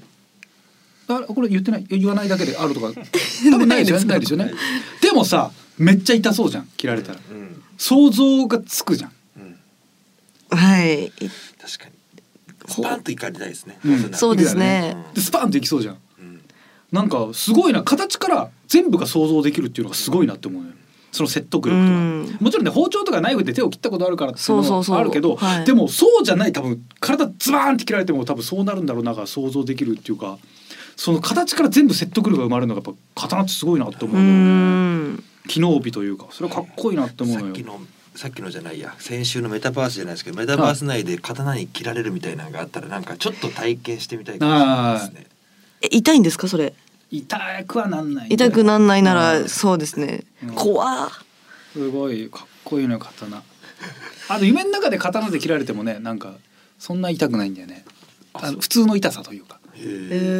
[SPEAKER 3] あこれ言ってないいや言わないだけであると か多分ないですよねないですよねでもさめっちゃ痛そうじゃん切られたら
[SPEAKER 5] うん
[SPEAKER 3] 想像がつくじゃん
[SPEAKER 5] うん
[SPEAKER 4] はい
[SPEAKER 5] 確かにスパンといかれたいですね、
[SPEAKER 3] うん
[SPEAKER 5] 細長い
[SPEAKER 4] そうですね
[SPEAKER 3] でスパンといきそうじゃん
[SPEAKER 5] うん
[SPEAKER 3] なんかすごいな形から全部が想像できるっていうのがすごいなって思うのよその説得
[SPEAKER 4] う
[SPEAKER 3] 力とか、
[SPEAKER 4] ん
[SPEAKER 3] もちろんね包丁とかナイフで手を切ったことあるからっていう
[SPEAKER 4] そうそ
[SPEAKER 3] の
[SPEAKER 4] うそ
[SPEAKER 3] も
[SPEAKER 4] う
[SPEAKER 3] あるけど
[SPEAKER 4] はい
[SPEAKER 3] でもそうじゃない多分体ズバーンって切られても多分そうなるんだろうなが想像できるっていうかその形から全部説得力が生まれるのがやっぱ刀ってすごいなって思
[SPEAKER 4] う
[SPEAKER 3] うのよね
[SPEAKER 4] ん
[SPEAKER 3] 機能美というかそれはかっこいいなって思う
[SPEAKER 5] さ
[SPEAKER 3] の
[SPEAKER 5] っ
[SPEAKER 3] よ
[SPEAKER 5] きのさっきのじゃないや先週のメタバースじゃないですけどメタバース内で刀に切られるみたいなのがあったらなんかちょっと体験してみたいかもしれないですね。
[SPEAKER 4] え痛いんですかそれ
[SPEAKER 3] 痛くはなんない
[SPEAKER 4] 痛くなんないな
[SPEAKER 3] うん
[SPEAKER 4] らそうですね
[SPEAKER 3] うん
[SPEAKER 4] 怖っ
[SPEAKER 3] すごいかっこいいのよ 刀あと夢の中で刀で切られてもねなんかそんな痛くないんだよねあの普通の痛さというか
[SPEAKER 5] へえ。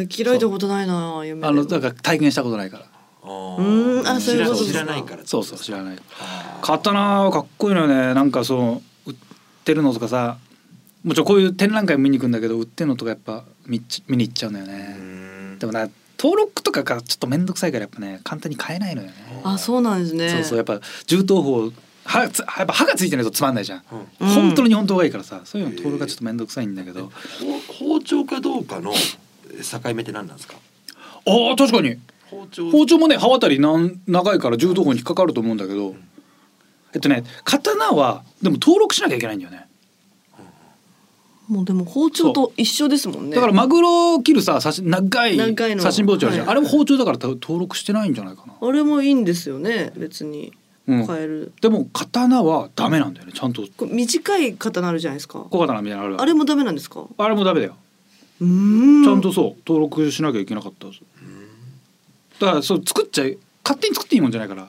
[SPEAKER 4] えー、切られたことないな夢で
[SPEAKER 3] あのだから体験したことないから
[SPEAKER 5] あー
[SPEAKER 4] うーんあそう
[SPEAKER 3] いうこと
[SPEAKER 5] 知
[SPEAKER 4] で
[SPEAKER 5] ら
[SPEAKER 4] すか
[SPEAKER 5] ないから。
[SPEAKER 3] そうそう知らない
[SPEAKER 5] あー。
[SPEAKER 3] 刀はかっこいいのよねなんかそう売ってるのとかさもちろんこういう展覧会見に行くんだけど売ってるのとかやっぱ見っち見に行っちゃうんだよ
[SPEAKER 5] うー
[SPEAKER 3] ね
[SPEAKER 5] ん
[SPEAKER 3] でもな登録とかがちょっと面倒くさいからやっぱね簡単に買えないのよね
[SPEAKER 4] あそうなんですね
[SPEAKER 3] そうそうやっぱ銃刀法歯つやっぱ歯がついてないとつまんないじゃん
[SPEAKER 5] うん
[SPEAKER 4] うん
[SPEAKER 3] 本当に本当がいいからさそういうの登録がちょっと面倒くさいんだけど
[SPEAKER 5] ほ包丁かどうかの境目って何なんですか。
[SPEAKER 3] あー確かに
[SPEAKER 5] 包丁。
[SPEAKER 3] 包丁もね刃渡りなん長いから柔道法に引っかかると思うんだけどえっとね刀はでも登録しなきゃいけないんだよね
[SPEAKER 4] もうでも包丁と一緒ですもんね
[SPEAKER 3] だからマグロを切るさ刺し長い
[SPEAKER 4] 長いの
[SPEAKER 3] 刺身包丁あるじゃん、
[SPEAKER 4] はい
[SPEAKER 3] あれも包丁だから多分登録してないんじゃないかな、
[SPEAKER 4] あれもいいんですよね別に
[SPEAKER 3] うん、
[SPEAKER 4] 買える、
[SPEAKER 3] でも刀はダメなんだよねちゃんと
[SPEAKER 4] これ短い刀あるじゃないですか
[SPEAKER 3] 小刀みたいなのある
[SPEAKER 4] あれもダメなんですか
[SPEAKER 3] あれもダメだよ
[SPEAKER 4] うーん
[SPEAKER 3] ちゃんとそう登録しなきゃいけなかったはずだからそう作っちゃい勝手に作っていいもんじゃないから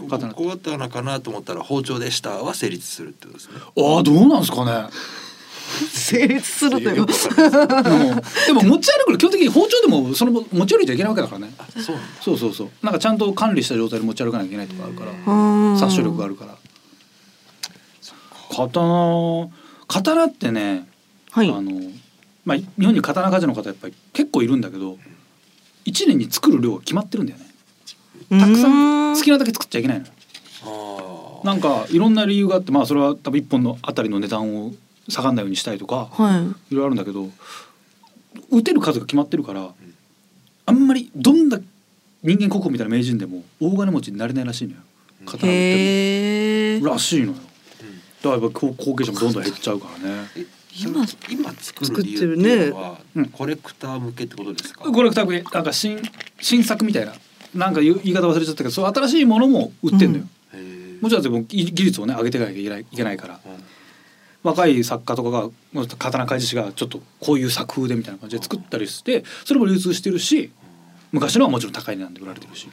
[SPEAKER 5] こ
[SPEAKER 3] 刀
[SPEAKER 5] こうあったのかなと思ったら包丁でしたは成立するってことですね。
[SPEAKER 3] ああどうなんですかね
[SPEAKER 4] 成立するという
[SPEAKER 5] よくわかんないです
[SPEAKER 3] でもでも持ち歩くの基本的に包丁でもその持ち歩いちゃいけないわけだからね
[SPEAKER 5] あそうなんだ。
[SPEAKER 3] そうそうそうなんかちゃんと管理した状態で持ち歩かなきゃいけないとかあるから
[SPEAKER 4] 殺
[SPEAKER 3] 殺傷力があ
[SPEAKER 4] る
[SPEAKER 3] るから刀刀ってね、
[SPEAKER 4] はい
[SPEAKER 3] あのまあ日本に刀鍛冶の方やっぱり結構いるんだけど1年に作る量が決まってるんだよね
[SPEAKER 4] た
[SPEAKER 3] たくさん好き
[SPEAKER 4] な
[SPEAKER 3] なだけ作っちゃいけないのよ
[SPEAKER 5] ああ。
[SPEAKER 3] なんかいろんな理由があってまあそれは多分1本のあたりの値段を下がんないようにしたいとか
[SPEAKER 4] はい
[SPEAKER 3] ろいろあるんだけど打てる数が決まってるからあんまりどんな人間国宝みたいな名人でも大金持ちになれないらしいのよ刀打っ
[SPEAKER 4] い
[SPEAKER 3] て
[SPEAKER 4] へえ
[SPEAKER 3] もらしいのよ
[SPEAKER 5] うん
[SPEAKER 3] だからやっぱ後後継者もどんどん減っちゃうからね
[SPEAKER 5] え
[SPEAKER 4] 今
[SPEAKER 5] それ今作る理由っていうのは、
[SPEAKER 3] うん
[SPEAKER 5] コレクター向けってことですか、
[SPEAKER 3] これ多分なんか新新作みたいななんか言う言い方忘れちゃったけどそう新しいものも売ってんのよ、
[SPEAKER 5] へえ
[SPEAKER 3] もちろんでも技技術をね上げていかなきゃいけないいけないから若い作家とかがもう刀鍛冶師がちょっとこういう作風でみたいな感じで作ったりしてそれも流通してるし昔のはもちろん高い値段で売られてるし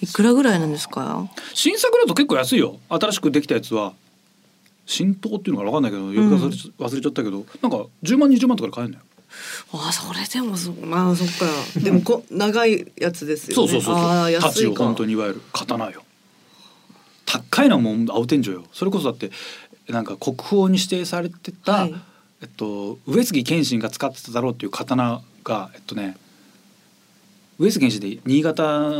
[SPEAKER 4] いくらぐらいなんですか。
[SPEAKER 3] 新作だと結構安いよ新しくできたやつは新刀っていうのか分かんないけどよく忘れち忘れちゃったけどなんか10万20万とかで買えるんだよ
[SPEAKER 4] ああ、それでもそ、まあ、そっ か。でも、こ、長いやつですよ
[SPEAKER 3] そう
[SPEAKER 4] ね。
[SPEAKER 3] そうそう
[SPEAKER 4] あ
[SPEAKER 3] そ
[SPEAKER 4] あ、
[SPEAKER 3] う太
[SPEAKER 4] 安
[SPEAKER 3] 刀
[SPEAKER 4] い
[SPEAKER 3] を
[SPEAKER 4] か。
[SPEAKER 3] 本当にいわゆる刀よ高いのはもう青天井よそれこそだってなんか国宝に指定されてた、
[SPEAKER 4] はい
[SPEAKER 3] えっと、上杉謙信が使ってただろうっていう刀がえっとね上杉謙信で新潟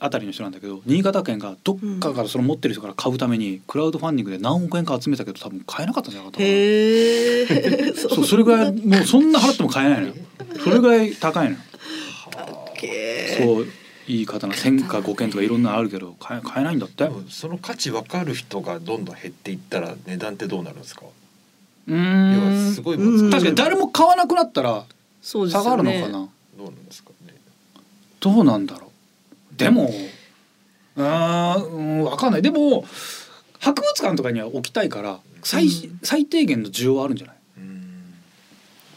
[SPEAKER 3] あたりの人なんだけど新潟県がどっかからその持ってる人から買うためにクラウドファンディングで何億円か集めたけど多分買えなかったんじゃなかったかな
[SPEAKER 4] へえ。そ
[SPEAKER 3] そうそれぐらいもうそんな払っても買えないのよそれぐらい高いのよ
[SPEAKER 4] っけ。
[SPEAKER 3] そういい刀千か五件とかいろんなのあるけど買え買えないんだって
[SPEAKER 5] でもその価値分かる人がどんどん減っていったら値段ってどうなるんですか
[SPEAKER 3] う
[SPEAKER 5] 要は
[SPEAKER 3] ん
[SPEAKER 5] すごいもの作っ
[SPEAKER 3] 確かに誰も買わなくなったら
[SPEAKER 4] そうです
[SPEAKER 3] 下が
[SPEAKER 4] よ
[SPEAKER 3] るの
[SPEAKER 4] ね。
[SPEAKER 3] かな、
[SPEAKER 5] どうなんですかね
[SPEAKER 3] どうなんだろうでもあーうん分かんないでも博物館とかには置きたいから最,、
[SPEAKER 4] うん
[SPEAKER 3] 最低限の需要はあるんじゃない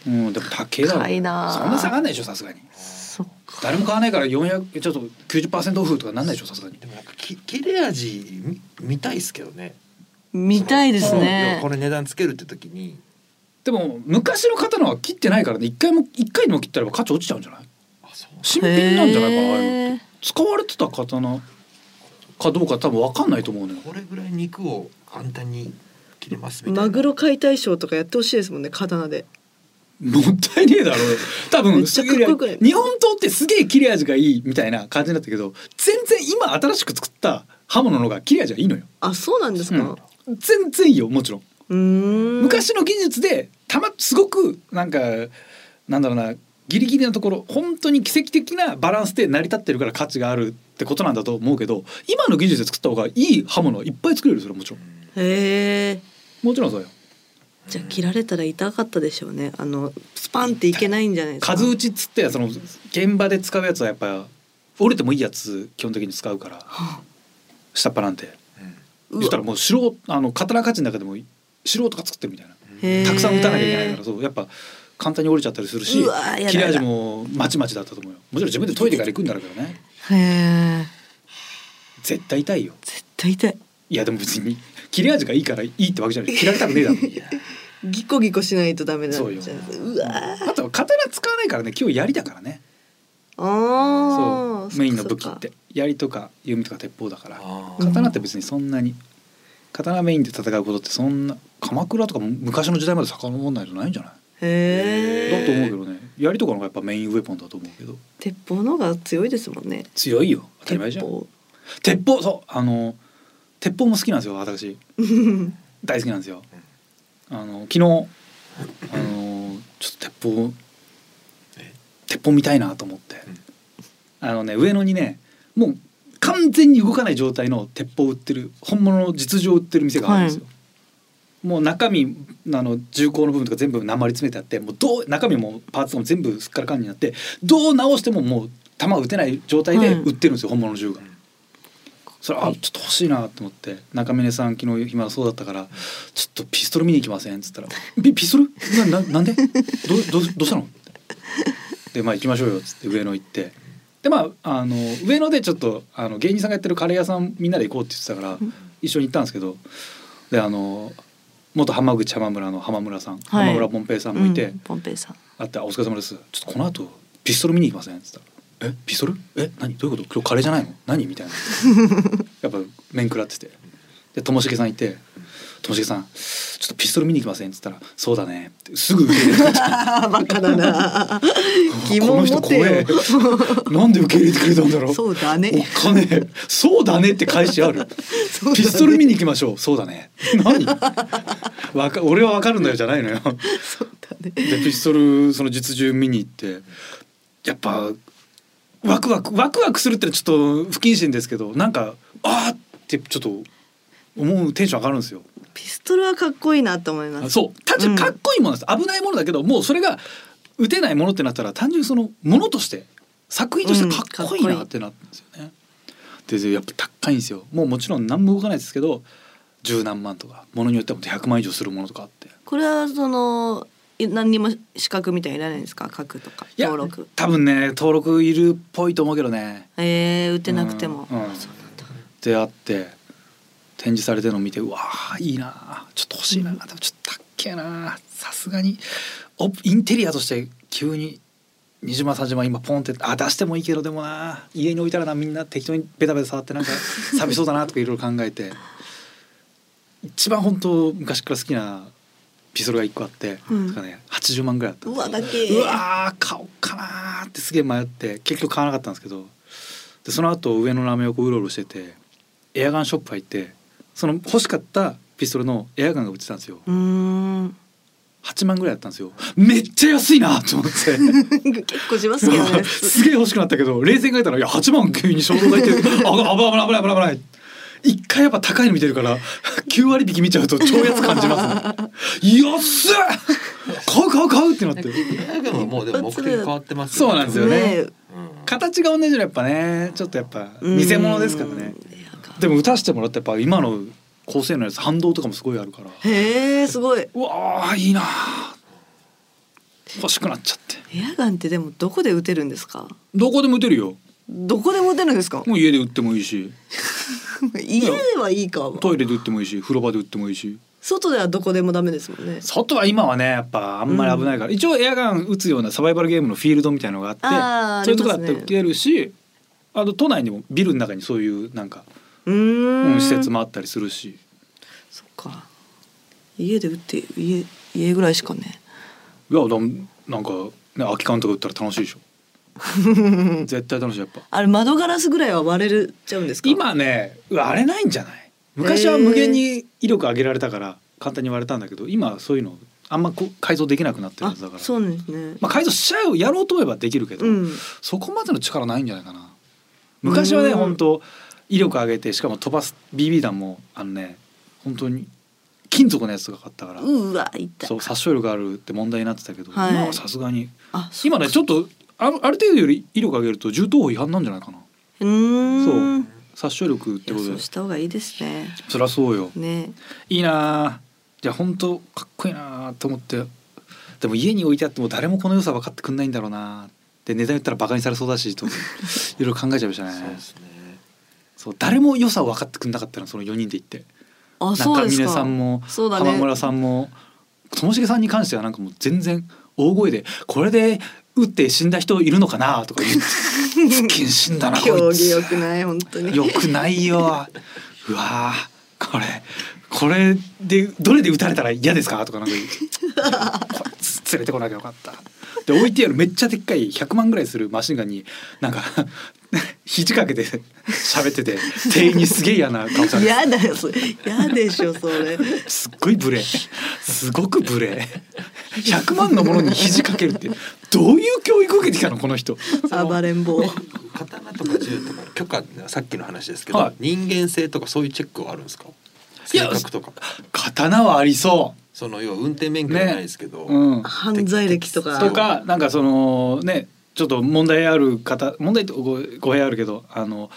[SPEAKER 5] うん
[SPEAKER 3] うんでも高いだろ
[SPEAKER 4] 高いな
[SPEAKER 3] そんな下がんないでしょさすがに
[SPEAKER 4] そっか。
[SPEAKER 3] 誰も買わないから400ちょっと90%オフとかなんないでしょさすがに
[SPEAKER 5] でもなんかき切れ味み見たいですけどね
[SPEAKER 4] 見たいです
[SPEAKER 5] その要は
[SPEAKER 4] ね
[SPEAKER 5] こ。れ値段つけるって時に
[SPEAKER 3] でも昔の刀は切ってないからね一回も一回でも切ったら価値落ちちゃうんじゃない
[SPEAKER 5] あそう
[SPEAKER 3] 新品なんじゃないかなあれ
[SPEAKER 4] へー
[SPEAKER 3] 使われてた刀かどうか多分分かんないと思うのよ
[SPEAKER 5] これぐらい肉を簡単に切れますみたいな
[SPEAKER 4] マグロ解体ショーとかやってほしいですもんね、刀で。
[SPEAKER 3] もったいねえだろ多
[SPEAKER 4] めっ
[SPEAKER 3] 分
[SPEAKER 4] ちゃかっこよくない
[SPEAKER 3] 日本刀ってすげえ切れ味がいいみたいな感じになったけど全然今新しく作った刃物の方が切れ味がいいのよ
[SPEAKER 4] あ、そうなんですか。
[SPEAKER 3] 全然いいよもちろん
[SPEAKER 4] うーん。
[SPEAKER 3] 昔の技術でたますごくなんかなんだろうなギリギリのところ本当に奇跡的なバランスで成り立ってるから価値があるってことなんだと思うけど今の技術で作った方がいい刃物はいっぱい作れるよそれはもちろん
[SPEAKER 4] へえ。
[SPEAKER 3] もちろんそうよ
[SPEAKER 4] じゃあ切られたら痛かったでしょうね。あのスパンっていけないんじゃないですか。
[SPEAKER 3] 数打ちっつってその現場で使うやつはやっぱ折れてもいいやつ基本的に使うから下っ端なんて
[SPEAKER 4] うわ
[SPEAKER 3] そしたらもう素人あの刀鍛冶の中でも素人が作ってるみたいな
[SPEAKER 4] へー
[SPEAKER 3] たくさん打たなきゃいけないからそうやっぱ簡単に折れちゃったりするし
[SPEAKER 4] うわーやだ
[SPEAKER 3] 切れ味もまちまちだったと思うよもちろん自分で研いでから行くんだろうけどね
[SPEAKER 4] へえ。
[SPEAKER 3] 絶対痛いよ
[SPEAKER 4] 絶対痛い。
[SPEAKER 3] いやでも別に切れ味がいいからいいってわけじゃない切られたくねえだろ
[SPEAKER 4] ギコギコしないとダメなんじゃないですか
[SPEAKER 3] そう
[SPEAKER 4] うわ
[SPEAKER 3] あとは刀使わないからね今日槍だからね
[SPEAKER 4] あ
[SPEAKER 3] そ
[SPEAKER 4] あ
[SPEAKER 3] うメインの武器って槍とか弓とか鉄砲だから
[SPEAKER 5] あー
[SPEAKER 3] 刀って別にそんなに刀メインで戦うことってそんな鎌倉とかも昔の時代まで遡んないとないんじゃない
[SPEAKER 4] へ
[SPEAKER 3] だと思うけ
[SPEAKER 4] え
[SPEAKER 3] どね槍とかの方がやっぱメインウェポンだと思うけど
[SPEAKER 4] 鉄砲の方が強いですもんね
[SPEAKER 3] 強いよ当たり前じゃん鉄砲そうあの鉄砲も好きなんですよ 私大好きなんですよあの昨日あのちょっと鉄砲
[SPEAKER 5] え
[SPEAKER 3] 鉄砲見たいなと思って
[SPEAKER 5] うん
[SPEAKER 3] あのね上野にねもう完全に動かない状態の鉄砲を売ってる本物の実情を売ってる店があるんですよ、もう中身あの重工の部分とか全部鉛詰めてあってもうどう中身もパーツとかも全部すっからかんになってどう直してももう弾撃てない状態で売ってるんですよ、本物の銃が。それあちょっと欲しいなと思って中峰さん昨日暇そうだったから「ちょっとピストル見に行きません」っつったら「ピピストルなななんでどどどうしたの?」ってでまあ行きましょうよっつって上野行ってでまああの上野でちょっとあの芸人さんがやってるカレー屋さんみんなで行こうって言ってたから一緒に行ったんですけどであの元浜口浜村の浜村さん、浜村ポンペイさんもいて、
[SPEAKER 4] うんポンペイ さん
[SPEAKER 3] あって「あお疲れ様です」「ちょっとこの後ピストル見に行きません」っつったら「えピストルえ何どういうこと今日カレーじゃないの何?」 みたいなやっぱ面食らっててでともしげさんいて「ともしげさんちょっとピストル見に行きません」っつったら「そうだね」ってすぐ受け入れてくれた
[SPEAKER 4] あーバカだな 疑
[SPEAKER 3] この
[SPEAKER 4] 問持
[SPEAKER 3] 人
[SPEAKER 4] て
[SPEAKER 3] 怖え
[SPEAKER 4] よ
[SPEAKER 3] なんで受け入れてくれたんだろう
[SPEAKER 4] そうだね
[SPEAKER 3] おっかねえそうだねって返しある
[SPEAKER 4] そうだね
[SPEAKER 3] ピストル見に行きましょうそうだね何わか俺はわかるんだよじゃないのよ
[SPEAKER 4] そうだね
[SPEAKER 3] でピストルその実銃見に行ってやっぱワクワクワクワクするってのはちょっと不謹慎ですけどなんかあーってちょっと思うテンション上がるんですよ。
[SPEAKER 4] ピストルはかっこいいなと思います
[SPEAKER 3] そう単純に
[SPEAKER 4] うん
[SPEAKER 3] かっこいいものです、危ないものだけどもうそれが撃てないものってなったら単純にそのものとして作品としてかっこいいなってなったんですよね。でやっぱ高いんですよもうもちろん何も動かないですけど十何万とかものによっては本当100万以上するものとかあって
[SPEAKER 4] これはそのい何にも資格みたいないらないんですか書くとか
[SPEAKER 3] いや
[SPEAKER 4] 登録
[SPEAKER 3] 多分ね登録いるっぽいと思うけどね
[SPEAKER 4] えー、売ってなくても、
[SPEAKER 3] うんうん
[SPEAKER 4] あそうなんだ
[SPEAKER 3] であって展示されてるのを見てうわーいいなーちょっと欲しいなーでもちょっと高っけーなーさすがにおインテリアとして急に20万30万今ポンってあ出してもいいけどでもなー家に置いたらなみんな適当にベタベタ触って なんか寂しそうだなとかいろいろ考えて一番本当昔から好きなピストルが1個あって、
[SPEAKER 4] うん
[SPEAKER 3] だからね、80万ぐらいあったん
[SPEAKER 4] う
[SPEAKER 3] です
[SPEAKER 4] わ
[SPEAKER 3] よ
[SPEAKER 4] だけ
[SPEAKER 3] うわー買おうかなーってすげえ迷って結局買わなかったんですけどでその後上野ラーメン横うろうろしててエアガンショップ入ってその欲しかったピストルのエアガンが売ってたんですよ
[SPEAKER 4] うーん
[SPEAKER 3] 8万ぐらいだったんですよめっちゃ安いなと思って
[SPEAKER 4] 結構しますけどね
[SPEAKER 3] すげえ欲しくなったけど冷静に考えたらいや8万急に衝動買いってあ危ない危ない危ない危ない一回やっぱ高いの見てるから9割引き見ちゃうと超安感じますね安っ買う買う買うってなって
[SPEAKER 5] エアガンはもうでも目的変わってます
[SPEAKER 3] そうなんですよね
[SPEAKER 4] ね
[SPEAKER 5] うん
[SPEAKER 3] 形が同じのやっぱねちょっとやっぱ
[SPEAKER 4] うん
[SPEAKER 3] 偽物ですからね
[SPEAKER 4] いやか
[SPEAKER 3] でも打たせてもらってやっぱ今の高性能のやつ反動とかもすごいあるから
[SPEAKER 4] へえすごい。
[SPEAKER 3] うわーいいなあ欲しくなっちゃって
[SPEAKER 4] エアガンってでもどこで撃てるんですか。
[SPEAKER 3] どこでも打てるよ
[SPEAKER 4] どこでも撃てるんですか。
[SPEAKER 3] もう家で打ってもいいし
[SPEAKER 4] 家ではいいか。
[SPEAKER 3] トイレで打ってもいいし風呂場で打ってもいいし
[SPEAKER 4] 外ではどこでもダメですもんね。
[SPEAKER 3] 外は今はねやっぱあんまり危ないから、一応エアガン打つようなサバイバルゲームのフィールドみたいなのがあって
[SPEAKER 4] あー
[SPEAKER 3] そういうとこだって
[SPEAKER 4] あります
[SPEAKER 3] 打
[SPEAKER 4] ね
[SPEAKER 3] てるしあと都内にもビルの中にそういうなんか、
[SPEAKER 4] うー。
[SPEAKER 3] うんん、施設。もあったりするし
[SPEAKER 4] そっか。家で撃って家家ぐらいしかね。
[SPEAKER 3] いやでもなんかね空き缶とか売ったら楽しいでしょ 絶対楽しいやっぱ
[SPEAKER 4] あれ窓ガラスぐらいは割れるちゃうんですか。。
[SPEAKER 3] 今ね割れないんじゃない昔は無限に威力上げられたから簡単に割れたんだけど今はそういうのあんまこう改造できなくなってるは
[SPEAKER 4] あ
[SPEAKER 3] ずだから
[SPEAKER 4] そうなんですね。
[SPEAKER 3] まあ、改造しちゃうやろうと思えばできるけど、
[SPEAKER 4] うん。
[SPEAKER 3] そこまでの力ないんじゃないかな昔はね
[SPEAKER 4] うん
[SPEAKER 3] 本当威力上げてしかも飛ばす BB 弾もあのね本当に金属のやつとか買ったから
[SPEAKER 4] うわ痛い。
[SPEAKER 3] そう殺傷力があるって問題になってたけど、
[SPEAKER 4] はい
[SPEAKER 3] 今はさすがに
[SPEAKER 4] あそう
[SPEAKER 3] 今ねちょっとあるある程度より威力上げると銃刀法違反なんじゃないかな
[SPEAKER 4] うーん。い
[SPEAKER 3] 殺傷力って
[SPEAKER 4] や
[SPEAKER 3] こと
[SPEAKER 4] そ
[SPEAKER 3] で
[SPEAKER 4] うした方がいいですね。
[SPEAKER 3] そりゃそうよ
[SPEAKER 4] ね。
[SPEAKER 3] いいなあじゃあ本当かっこいいなあと思ってでも家に置いてあっても誰もこの良さ分かってくんないんだろうなで値段言ったらバカにされそうだ しといろいろ考えちゃいました
[SPEAKER 5] そう
[SPEAKER 3] ね
[SPEAKER 5] ですね
[SPEAKER 3] そう誰も良さを分かってくんなかったのその4人で行って
[SPEAKER 4] あそう
[SPEAKER 3] 中
[SPEAKER 4] です
[SPEAKER 3] 峰
[SPEAKER 4] か。
[SPEAKER 3] さんも
[SPEAKER 4] そうだね
[SPEAKER 3] 浜村さんもともしげさんに関してはなんかもう全然大声で「これで打って死んだ人いるのかな?」とか言 って「不謹慎だなこ
[SPEAKER 4] 競
[SPEAKER 3] い
[SPEAKER 4] 技
[SPEAKER 3] つ」
[SPEAKER 4] 良くない本当に。
[SPEAKER 3] よくないよ。うわーこれこれでどれで打たれたら嫌ですかとかなんか言うこいつ連れてこなきゃよかった。で置いてあるめっちゃでっかい100万ぐらいするマシンガンになんか 肘掛けて喋ってて店員にすげえ嫌な顔されて
[SPEAKER 4] やだよそれ。やでしょそれ。
[SPEAKER 3] すっごいブレすごくブレ100万のものに肘掛けるってどういう教育受けてきたのこの人。
[SPEAKER 4] 暴れん坊。
[SPEAKER 5] 刀とか銃とか許可ってのはさっきの話ですけど、
[SPEAKER 3] はい
[SPEAKER 5] 人間性とかそういうチェックはあるんですか
[SPEAKER 3] い
[SPEAKER 5] 性
[SPEAKER 3] や
[SPEAKER 5] 格とか
[SPEAKER 3] 刀はありそう。
[SPEAKER 5] その要は運転免許じゃないですけど、
[SPEAKER 3] うん、
[SPEAKER 4] 犯罪歴とか。
[SPEAKER 3] とかなんかそのねちょっと問題ある方問題とご語弊あるけどあの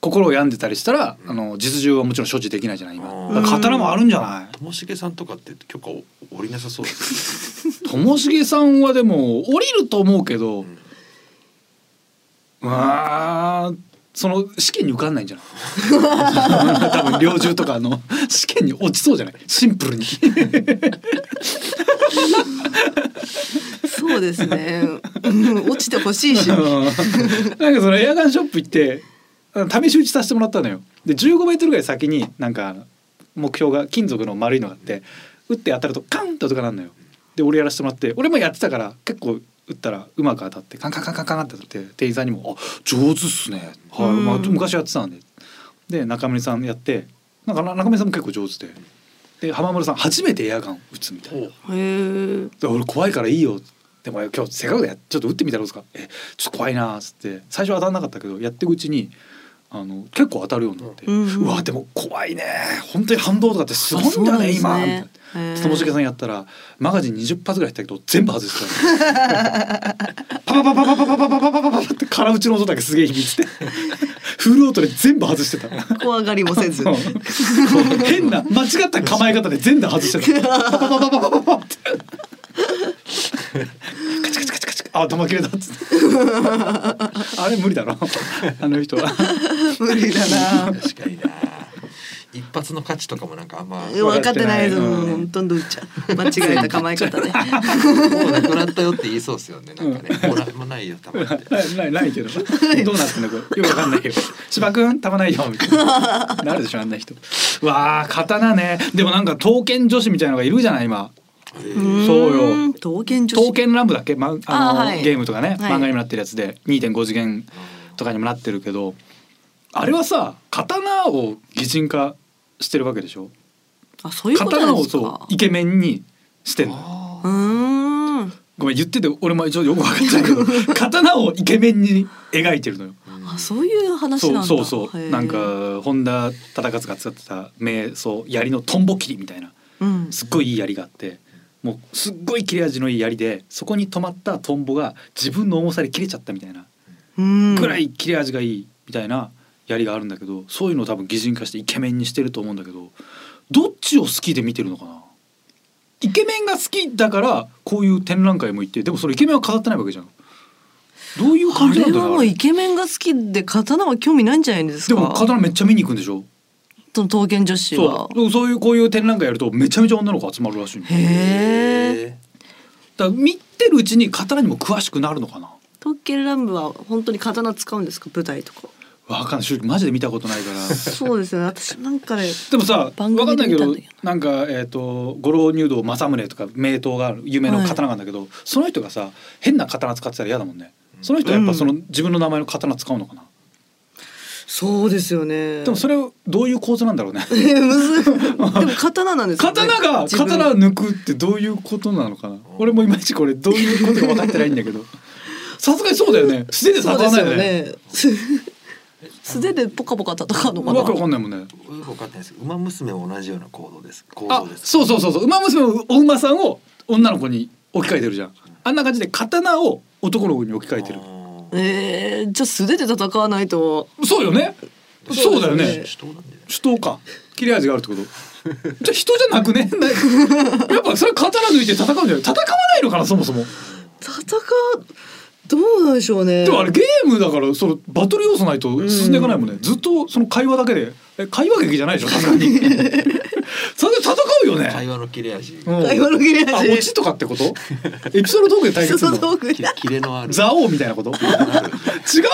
[SPEAKER 3] 心を病んでたりしたら、あの実銃はもちろん処置できないじゃない今
[SPEAKER 5] うん
[SPEAKER 3] だから刀もあるんじゃな
[SPEAKER 5] ともしげさんとかって許可を下りなさそうです
[SPEAKER 3] いともしげさんはでも降りると思うけど、うわーその試験に受かんないんじゃない 多分猟銃とかあの試験に落ちそうじゃないシンプルに
[SPEAKER 4] そうで すね。うん落ちてほしいし。
[SPEAKER 3] なんかそのエアガンショップ行ってあの試し撃ちさせてもらったのよで15メートルぐらい先になんか目標が金属の丸いのがあって打って当たるとカンって音が鳴るのよで俺やらせてもらって俺もやってたから結構打ったらうまく当たってカンカンカンカンカンって当たって店員さんにも「あ上手っすね」はい、
[SPEAKER 4] うん
[SPEAKER 3] まあ、昔やってたんでで中村さんやってなんかな中村さんも結構上手でで浜村さん初めてエアガン打つみたいな。
[SPEAKER 4] へえ。
[SPEAKER 3] で俺怖いからいいよでも今日せっかくだよちょっと打ってみたらどうですかえちょっと怖いなーっつって最初は当たんなかったけどやっていくうちにあの結構当たるようになって、
[SPEAKER 4] う
[SPEAKER 3] うん
[SPEAKER 4] うん
[SPEAKER 3] わでも怖いねー本当に反動とかってすごいんだね
[SPEAKER 4] あそう
[SPEAKER 3] 今
[SPEAKER 4] なん
[SPEAKER 3] み
[SPEAKER 4] で
[SPEAKER 3] たい
[SPEAKER 4] すねへ
[SPEAKER 3] な
[SPEAKER 4] ー
[SPEAKER 3] ともしげさんやったらマガジン20発ぐらい入ったけど全部外してたパパパパパパパパパパパパパって空打ちの音だけすげえ響いててフルオートで全部外してた
[SPEAKER 4] 怖がりも せず
[SPEAKER 3] うん変な間違った構え方で全部外してたパパパパパパパパってカチカチカチカチあ頭切れたっつってあれ無理だろあの人は
[SPEAKER 4] 無理だな
[SPEAKER 5] 確かにな一発の価値とかもなんかあんまも
[SPEAKER 4] 分かってないぞ、
[SPEAKER 3] うん
[SPEAKER 4] もうほとんど打っちゃう間違えた構え方で
[SPEAKER 5] うなくなったよって言いそうですよねなんかねもうなもうないよたまって
[SPEAKER 3] ないないないけどどうなってんだこれよくわかんないよ芝君たまないよみたいななるでしょあんな人わあ刀ねでもなんか刀剣女子みたいなのがいるじゃない今そうよ
[SPEAKER 4] ん刀剣女子
[SPEAKER 3] 刀剣乱舞だっけ、ま、あの
[SPEAKER 4] あーはい
[SPEAKER 3] ゲームとかね、
[SPEAKER 4] はい
[SPEAKER 3] 漫画にもなってるやつで2.5次元とかにもなってるけどあれはさ刀を擬人化してるわけでしょ
[SPEAKER 4] あそういうことな
[SPEAKER 3] 刀
[SPEAKER 4] んで
[SPEAKER 3] を
[SPEAKER 4] すか
[SPEAKER 3] そうイケメンにしてんの
[SPEAKER 5] あ
[SPEAKER 4] うーん
[SPEAKER 3] ごめん言ってて俺も一応よく分かっちゃうけ ど刀をイケメンに描いてるのよ。
[SPEAKER 4] あそういう話なんだ
[SPEAKER 3] そうそうそ
[SPEAKER 4] へ
[SPEAKER 3] う
[SPEAKER 4] ー
[SPEAKER 3] なんか本田忠勝が使ってた名そう槍のトンボ切りみたいな
[SPEAKER 4] うん
[SPEAKER 3] すっごいいい槍があってもうすっごい切れ味のいい槍でそこに止まったトンボが自分の重さで切れちゃったみたいな
[SPEAKER 4] うん
[SPEAKER 3] くらい切れ味がいいみたいな槍があるんだけどそういうのを多分擬人化してイケメンにしてると思うんだけどどっちを好きで見てるのかなイケメンが好きだからこういう展覧会も行ってでもそれイケメンは飾ってないわけじゃんどういう感
[SPEAKER 4] あ
[SPEAKER 3] じ
[SPEAKER 4] れ
[SPEAKER 3] なんだ
[SPEAKER 4] は
[SPEAKER 3] ろ
[SPEAKER 4] も
[SPEAKER 3] うあ
[SPEAKER 4] う
[SPEAKER 3] れ
[SPEAKER 4] イケメンが好きで刀は興味ないんじゃないです
[SPEAKER 3] で
[SPEAKER 4] か
[SPEAKER 3] も刀めっちゃ見に行くんでしょ
[SPEAKER 4] その刀剣女子は
[SPEAKER 3] そうそういうこういう展覧会やるとめちゃめちゃ女の子集まるらしいのだか
[SPEAKER 4] へえ
[SPEAKER 5] え
[SPEAKER 3] ら見てるうちに刀にも詳しくなるのかな
[SPEAKER 4] 刀剣乱舞は本当に刀使うんですか舞台とか
[SPEAKER 3] わかんない正直マジで見たことないから
[SPEAKER 4] そうですよね私なんかね
[SPEAKER 3] でもさわか
[SPEAKER 4] 番
[SPEAKER 3] んな
[SPEAKER 4] 組で
[SPEAKER 3] いけ
[SPEAKER 4] 見たんだけど
[SPEAKER 3] どなんかえっ、と五郎入道政宗とか名刀がある有名な刀があるんだけど、その人がさ変な刀使ってたら嫌だもんねその人はやっぱその、自分の名前の刀使うのかな
[SPEAKER 4] そうですよね
[SPEAKER 3] でもそれをどういう構図なんだ ろうね
[SPEAKER 4] えむずいでも刀なんですよね
[SPEAKER 3] 刀が
[SPEAKER 4] 自分
[SPEAKER 3] 刀抜くってどういうことなのかな俺もいまいちこれどういうことか分かってないんだ けどさすがにそうだよね素手で
[SPEAKER 4] そ
[SPEAKER 3] 触
[SPEAKER 4] うで
[SPEAKER 3] ら
[SPEAKER 4] す
[SPEAKER 3] ない
[SPEAKER 4] よ
[SPEAKER 3] よね
[SPEAKER 4] ね 素手でポカポカ戦うのかな
[SPEAKER 3] わけわかんないもんね。
[SPEAKER 5] ーよくわかってないですけど馬娘も同じような行動です行
[SPEAKER 3] あ
[SPEAKER 5] 動、です
[SPEAKER 3] そうそうそうそう、馬娘もお馬さんを女の子に置き換えてるじゃん。あんな感じで刀を男の子に置き換えてる
[SPEAKER 5] あ。ー
[SPEAKER 4] えー、じゃあ素手で戦わないと
[SPEAKER 3] そうよね。そうだよね。
[SPEAKER 5] 人なんで
[SPEAKER 3] 人か。切れ味があるってこと。じゃあ人じゃなくね。 なやっぱそれ刀抜いて戦うんじゃない。戦わないのかなそもそも。
[SPEAKER 4] 戦うどうなんでしょうね
[SPEAKER 3] でもあれゲームだからそのバトル要素ないと進んでいかないもんね。ずっとその会話だけで。え会話劇じゃないでしょさすが に。さすがに戦うよ
[SPEAKER 5] 会
[SPEAKER 3] ね。
[SPEAKER 5] 話の切れ味
[SPEAKER 3] うん
[SPEAKER 4] 会話の切れ
[SPEAKER 3] あ
[SPEAKER 4] 味
[SPEAKER 3] 落ちとかってこと？エピソードトークで対決するの。
[SPEAKER 4] 道 具
[SPEAKER 5] 切れ切れのある
[SPEAKER 3] ザ王みたいな こと。違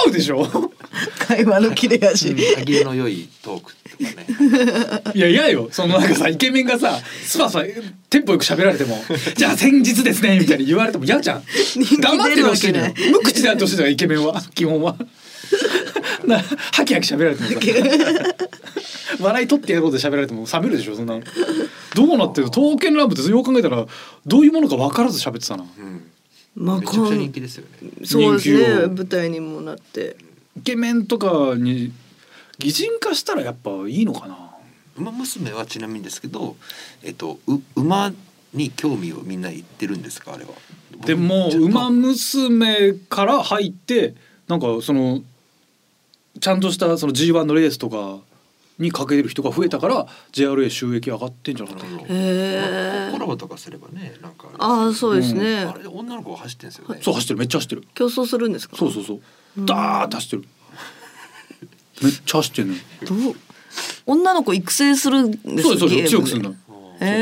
[SPEAKER 3] うでしょ。
[SPEAKER 4] 会話の切れ味
[SPEAKER 5] 歯切れの良いトークとかね
[SPEAKER 3] いや嫌よ。そのなんかさイケメンがさスパスパテンポよく喋られても、じゃあ先日ですねみたいに言われても嫌じゃん。
[SPEAKER 4] 人気
[SPEAKER 3] 黙っ
[SPEAKER 4] 出
[SPEAKER 3] て
[SPEAKER 4] る
[SPEAKER 3] ほ
[SPEAKER 4] わ
[SPEAKER 3] しい
[SPEAKER 4] け
[SPEAKER 3] の
[SPEAKER 4] な
[SPEAKER 3] よ
[SPEAKER 4] い。
[SPEAKER 3] 無口であってほしいのよイケメンは基本は。なハキハキ喋られてもさ 笑い取ってやろうで喋られても冷めるでしょそんなのどうなってるの刀剣乱舞ってよう考えたらどういうものか分からず喋ってたな
[SPEAKER 5] うん
[SPEAKER 4] まあ
[SPEAKER 5] めちゃ
[SPEAKER 4] こ
[SPEAKER 5] くちゃ人
[SPEAKER 4] ん
[SPEAKER 5] 気ですよね
[SPEAKER 4] そうです
[SPEAKER 3] 人気
[SPEAKER 4] ね
[SPEAKER 3] よ
[SPEAKER 4] 舞台にもなって
[SPEAKER 3] イケメンとかに擬人化したらやっぱいいのかな
[SPEAKER 5] 馬娘はちなみにですけどえっとう馬に興味をみんな言ってるんですかあれは
[SPEAKER 3] でも
[SPEAKER 5] ちょっ
[SPEAKER 3] 「
[SPEAKER 5] と
[SPEAKER 3] ウマ娘」から入ってなんかそのちゃんとしたその G1 のレースとかにかけてる人が増えたから JRA 収益上がってんじゃな
[SPEAKER 5] な
[SPEAKER 3] かっ
[SPEAKER 5] る
[SPEAKER 3] たっ
[SPEAKER 5] ほど
[SPEAKER 4] へえ
[SPEAKER 5] コラボとかすればねなんか
[SPEAKER 4] ああそうですね、
[SPEAKER 5] あれで女の子が走ってんですよね
[SPEAKER 3] けそう走ってるめっちゃ走ってる
[SPEAKER 4] 競争するんですか
[SPEAKER 3] そうそうそうダーッて走ってるめっちゃ走ってるのよ
[SPEAKER 4] どう女の子育成するんです
[SPEAKER 3] そうですそうです強くする
[SPEAKER 4] の
[SPEAKER 3] の
[SPEAKER 4] ええ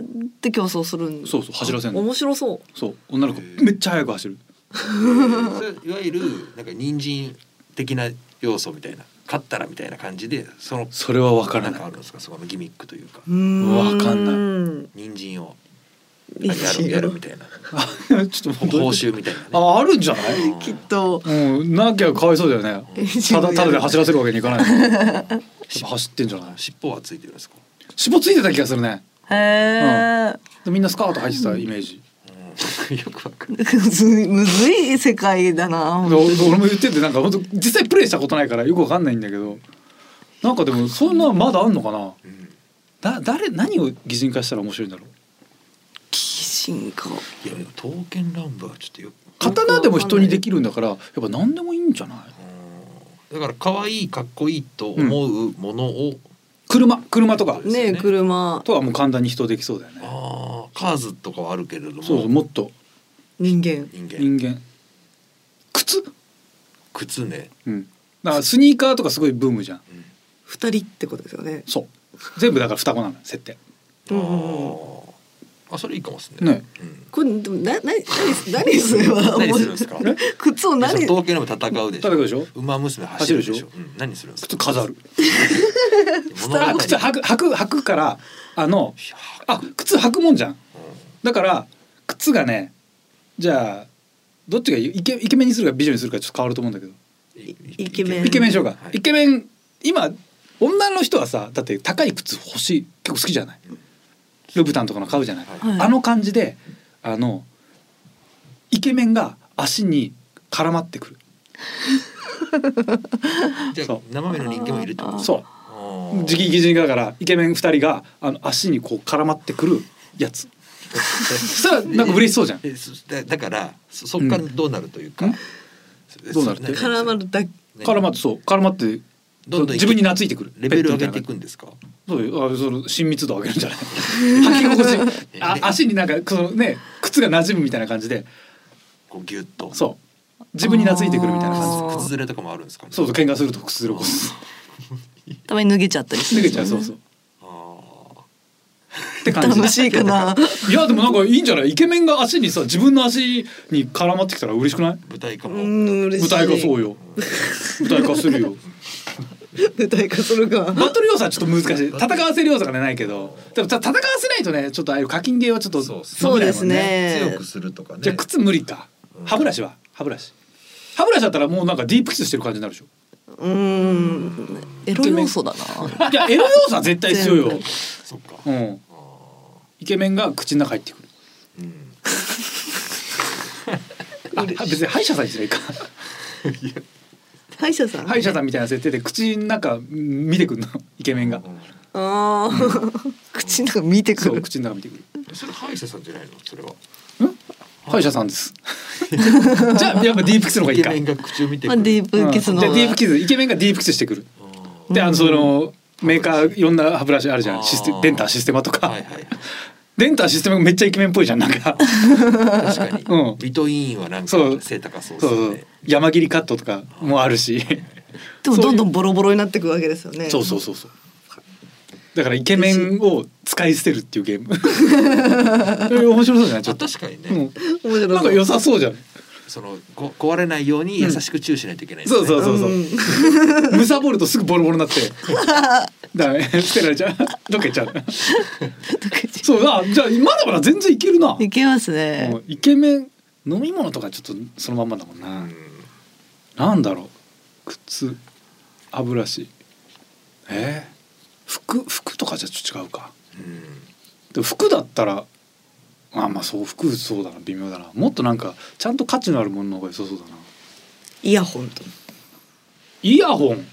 [SPEAKER 4] ー、で競争するん
[SPEAKER 3] そうそう走らせんの
[SPEAKER 4] 面白そう
[SPEAKER 3] そう女の子めっちゃ速く走る
[SPEAKER 5] それいわゆるなんか人参的な要素みたいな勝ったらみたいな感じでその
[SPEAKER 3] それは分から
[SPEAKER 5] なん
[SPEAKER 3] ない
[SPEAKER 5] かあるんですかそこのギミックというか
[SPEAKER 4] うーん
[SPEAKER 3] わかんない
[SPEAKER 5] 人参を
[SPEAKER 4] い
[SPEAKER 5] や
[SPEAKER 4] いです
[SPEAKER 5] る
[SPEAKER 4] よ
[SPEAKER 5] やるみたいな
[SPEAKER 3] あ ちょっと
[SPEAKER 5] 報酬みたいなね
[SPEAKER 3] ああるんじゃない
[SPEAKER 4] きっと
[SPEAKER 3] うんなきゃかわいそうだ よねただただで走らせるわけにいかないから走ってんじゃない
[SPEAKER 5] 尻尾はついてるんですか
[SPEAKER 3] 尻尾ついてた気がするね
[SPEAKER 4] へえ、
[SPEAKER 3] みんなスカート履いてたイメージ、
[SPEAKER 5] うん よくわかんない
[SPEAKER 4] むずむずい世界だな
[SPEAKER 3] 俺俺も言っててなんか本当実際プレイしたことないからよくわかんないんだけどなんかでもそんなまだあんのかな
[SPEAKER 5] うん
[SPEAKER 3] だ誰何を擬人化したら面白いんだろう
[SPEAKER 4] 鬼神か
[SPEAKER 5] いやでも刀剣乱舞はちょっとよく
[SPEAKER 3] 刀でも人にできるんだからやっぱ何でもいいんじゃない
[SPEAKER 5] うんだから可愛いかっこいいと思うものを、
[SPEAKER 3] 車車とか
[SPEAKER 5] すよね
[SPEAKER 4] ね車
[SPEAKER 3] とはもう簡単に人できそうだよね
[SPEAKER 5] ああカーズとかはあるけれども
[SPEAKER 3] そうそうもっと
[SPEAKER 4] 人間
[SPEAKER 5] 人間
[SPEAKER 3] 人間靴
[SPEAKER 5] 靴ね、
[SPEAKER 3] うんだからスニーカーとかすごいブームじゃん
[SPEAKER 5] うん
[SPEAKER 4] 二人ってことですよね。
[SPEAKER 3] そう全部だから双子なの設定
[SPEAKER 4] うんうんうん
[SPEAKER 5] あーあそれいいかもしれない
[SPEAKER 3] ね、
[SPEAKER 5] うん
[SPEAKER 4] これでもなな何何すれば
[SPEAKER 5] 何するんですか
[SPEAKER 4] 靴を
[SPEAKER 5] その
[SPEAKER 4] 何
[SPEAKER 5] 刀剣でも戦うでし ょ
[SPEAKER 3] 戦うでしょ
[SPEAKER 5] 馬娘走るでしょ
[SPEAKER 3] 走る
[SPEAKER 5] うん、何するんです
[SPEAKER 3] 靴
[SPEAKER 5] か
[SPEAKER 3] 飾る
[SPEAKER 5] 物語
[SPEAKER 3] あ靴履く履く履くからあの
[SPEAKER 5] いやー
[SPEAKER 3] あ靴履くもんじゃん
[SPEAKER 5] うん
[SPEAKER 3] だから靴がねじゃあどっちがイケイケメンにするか美女にするかちょっと変わると思うんだけど
[SPEAKER 5] イ
[SPEAKER 4] イケメン
[SPEAKER 3] イケメンでしょうか、
[SPEAKER 5] はい
[SPEAKER 3] イケメン今女の人はさだって高い靴欲しい結構好きじゃない
[SPEAKER 5] うん
[SPEAKER 3] ルブタンとかの買うじゃない、
[SPEAKER 5] はい
[SPEAKER 4] はい
[SPEAKER 3] あの感じであのイケメンが足に絡まってくる、
[SPEAKER 5] じゃあ
[SPEAKER 3] そ
[SPEAKER 5] 生身の人間もいるってこと
[SPEAKER 4] あー
[SPEAKER 3] そう
[SPEAKER 5] う
[SPEAKER 3] 時期擬人化だからイケメン二人があの足にこう絡まってくるやつそしたらなんか嬉しそうじゃん
[SPEAKER 5] えそだだからそそっからどうなるというか、
[SPEAKER 3] うん
[SPEAKER 5] そ
[SPEAKER 3] どうなるって
[SPEAKER 5] そ
[SPEAKER 4] 絡まるだけ
[SPEAKER 5] ね
[SPEAKER 3] 絡まってそう絡まって
[SPEAKER 5] どんどん
[SPEAKER 3] 自分に懐いてくる
[SPEAKER 5] レベル上げてい
[SPEAKER 3] ペッ
[SPEAKER 5] く
[SPEAKER 3] トみ
[SPEAKER 5] んですか
[SPEAKER 3] たいな感じそうよあその親密度を上げるん じゃない履き心地あ足になんかそのね靴が馴染むみたいな感じで
[SPEAKER 5] こうギュッと
[SPEAKER 3] そう自分に懐いてくるみたいな
[SPEAKER 4] あ
[SPEAKER 3] 感
[SPEAKER 4] ー
[SPEAKER 5] 靴ずれとかもあるんですかね
[SPEAKER 3] じそうそう喧嘩すると靴ずれこす
[SPEAKER 4] たまに脱げちゃったりす
[SPEAKER 3] 脱
[SPEAKER 4] る
[SPEAKER 3] げちゃうそうそう
[SPEAKER 5] あ
[SPEAKER 3] って感じ
[SPEAKER 4] 楽しいかな。
[SPEAKER 3] いやでもなんかいいんじゃないイケメンが足にさ自分の足に絡まってきたら嬉しくない
[SPEAKER 5] ー舞台か
[SPEAKER 4] う
[SPEAKER 5] も、
[SPEAKER 4] ん嬉し
[SPEAKER 3] 舞
[SPEAKER 4] い。
[SPEAKER 3] 台化そうよ舞台化するよ
[SPEAKER 4] 舞台化するか。
[SPEAKER 3] バトル要素はちょっと難しい戦わせる要素がねないけどでもた戦わせないとねちょっとああいう課金ゲーはちょっと
[SPEAKER 5] そう
[SPEAKER 3] 飲
[SPEAKER 4] そう
[SPEAKER 3] めない
[SPEAKER 4] で
[SPEAKER 3] も
[SPEAKER 4] す
[SPEAKER 3] ん
[SPEAKER 4] ね
[SPEAKER 5] 強く。するとかね
[SPEAKER 3] じゃあ靴無理か歯ブラシは歯ブラシ歯ブラシだったらもうなんかディープキスしてる感じになるでしょ
[SPEAKER 4] うん。エロ要素だな。
[SPEAKER 3] いやエロ要素は絶対必要よ
[SPEAKER 4] 全部
[SPEAKER 5] そっか、
[SPEAKER 3] うん
[SPEAKER 5] あ
[SPEAKER 3] イケメンが口の中入ってくる
[SPEAKER 5] ーうん
[SPEAKER 3] あ別に歯医者さんにすればいいか
[SPEAKER 4] 歯医者さん。
[SPEAKER 3] 歯医者さんみたいな設定で口の中見てくるのイケメンが
[SPEAKER 4] ああ。 口の中見てく
[SPEAKER 3] そう
[SPEAKER 4] る。
[SPEAKER 3] 口の中見てくる
[SPEAKER 5] それ歯医者さんじゃないのそれは
[SPEAKER 3] 歯医者さんですじゃあやっぱディープキスの方がいいか
[SPEAKER 5] イケメンが口を見て
[SPEAKER 4] まあ
[SPEAKER 5] くる、
[SPEAKER 4] ディープキスの
[SPEAKER 3] じゃあ
[SPEAKER 4] 方が。
[SPEAKER 3] ディープキスイケメンがディープキスしてくる
[SPEAKER 5] あー
[SPEAKER 3] であのそのメーカーいろんな歯ブラシあるじゃ
[SPEAKER 5] あー
[SPEAKER 3] んシステデンターシステマとか、
[SPEAKER 5] はいはい
[SPEAKER 3] デンターシステマめっちゃイケメンっぽいじゃんなん か
[SPEAKER 5] 確かに、
[SPEAKER 3] うん
[SPEAKER 5] ビトインはなんか
[SPEAKER 3] そう
[SPEAKER 5] 背高そうで
[SPEAKER 3] そう
[SPEAKER 5] す
[SPEAKER 3] そ
[SPEAKER 5] よ
[SPEAKER 3] う
[SPEAKER 5] ね
[SPEAKER 3] 山切りカットとかもあるし
[SPEAKER 4] でもどんどんボロボロになっていくわけですよね。
[SPEAKER 3] そうそうそうそうだからイケメンを使い捨てるっていうゲームえ 面白そうじゃないちょ
[SPEAKER 5] あ
[SPEAKER 3] っと、
[SPEAKER 5] 確かにね、
[SPEAKER 3] うん、
[SPEAKER 4] 面白そう。
[SPEAKER 3] なんか良さそうじゃん
[SPEAKER 5] そのこ壊れないように優しく注意しないといけない
[SPEAKER 3] そうそう
[SPEAKER 5] う
[SPEAKER 3] そうそう、
[SPEAKER 4] ん
[SPEAKER 3] むさぼるとすぐボロボロになって ダメ捨てられちゃうどっか行っちゃうそうあじゃあまだまだ全然いけるな、
[SPEAKER 4] いけますね
[SPEAKER 3] も。うイケメン飲み物とかちょっとそのまんまだもんな、なんだろう靴歯ブラシえー、服服とかじゃちょっと違うかでも服だったらあまあそう服そうだな微妙だなもっとなんかちゃんと価値のあるものの方が良さそうだな
[SPEAKER 4] イヤホンと。
[SPEAKER 3] イヤホン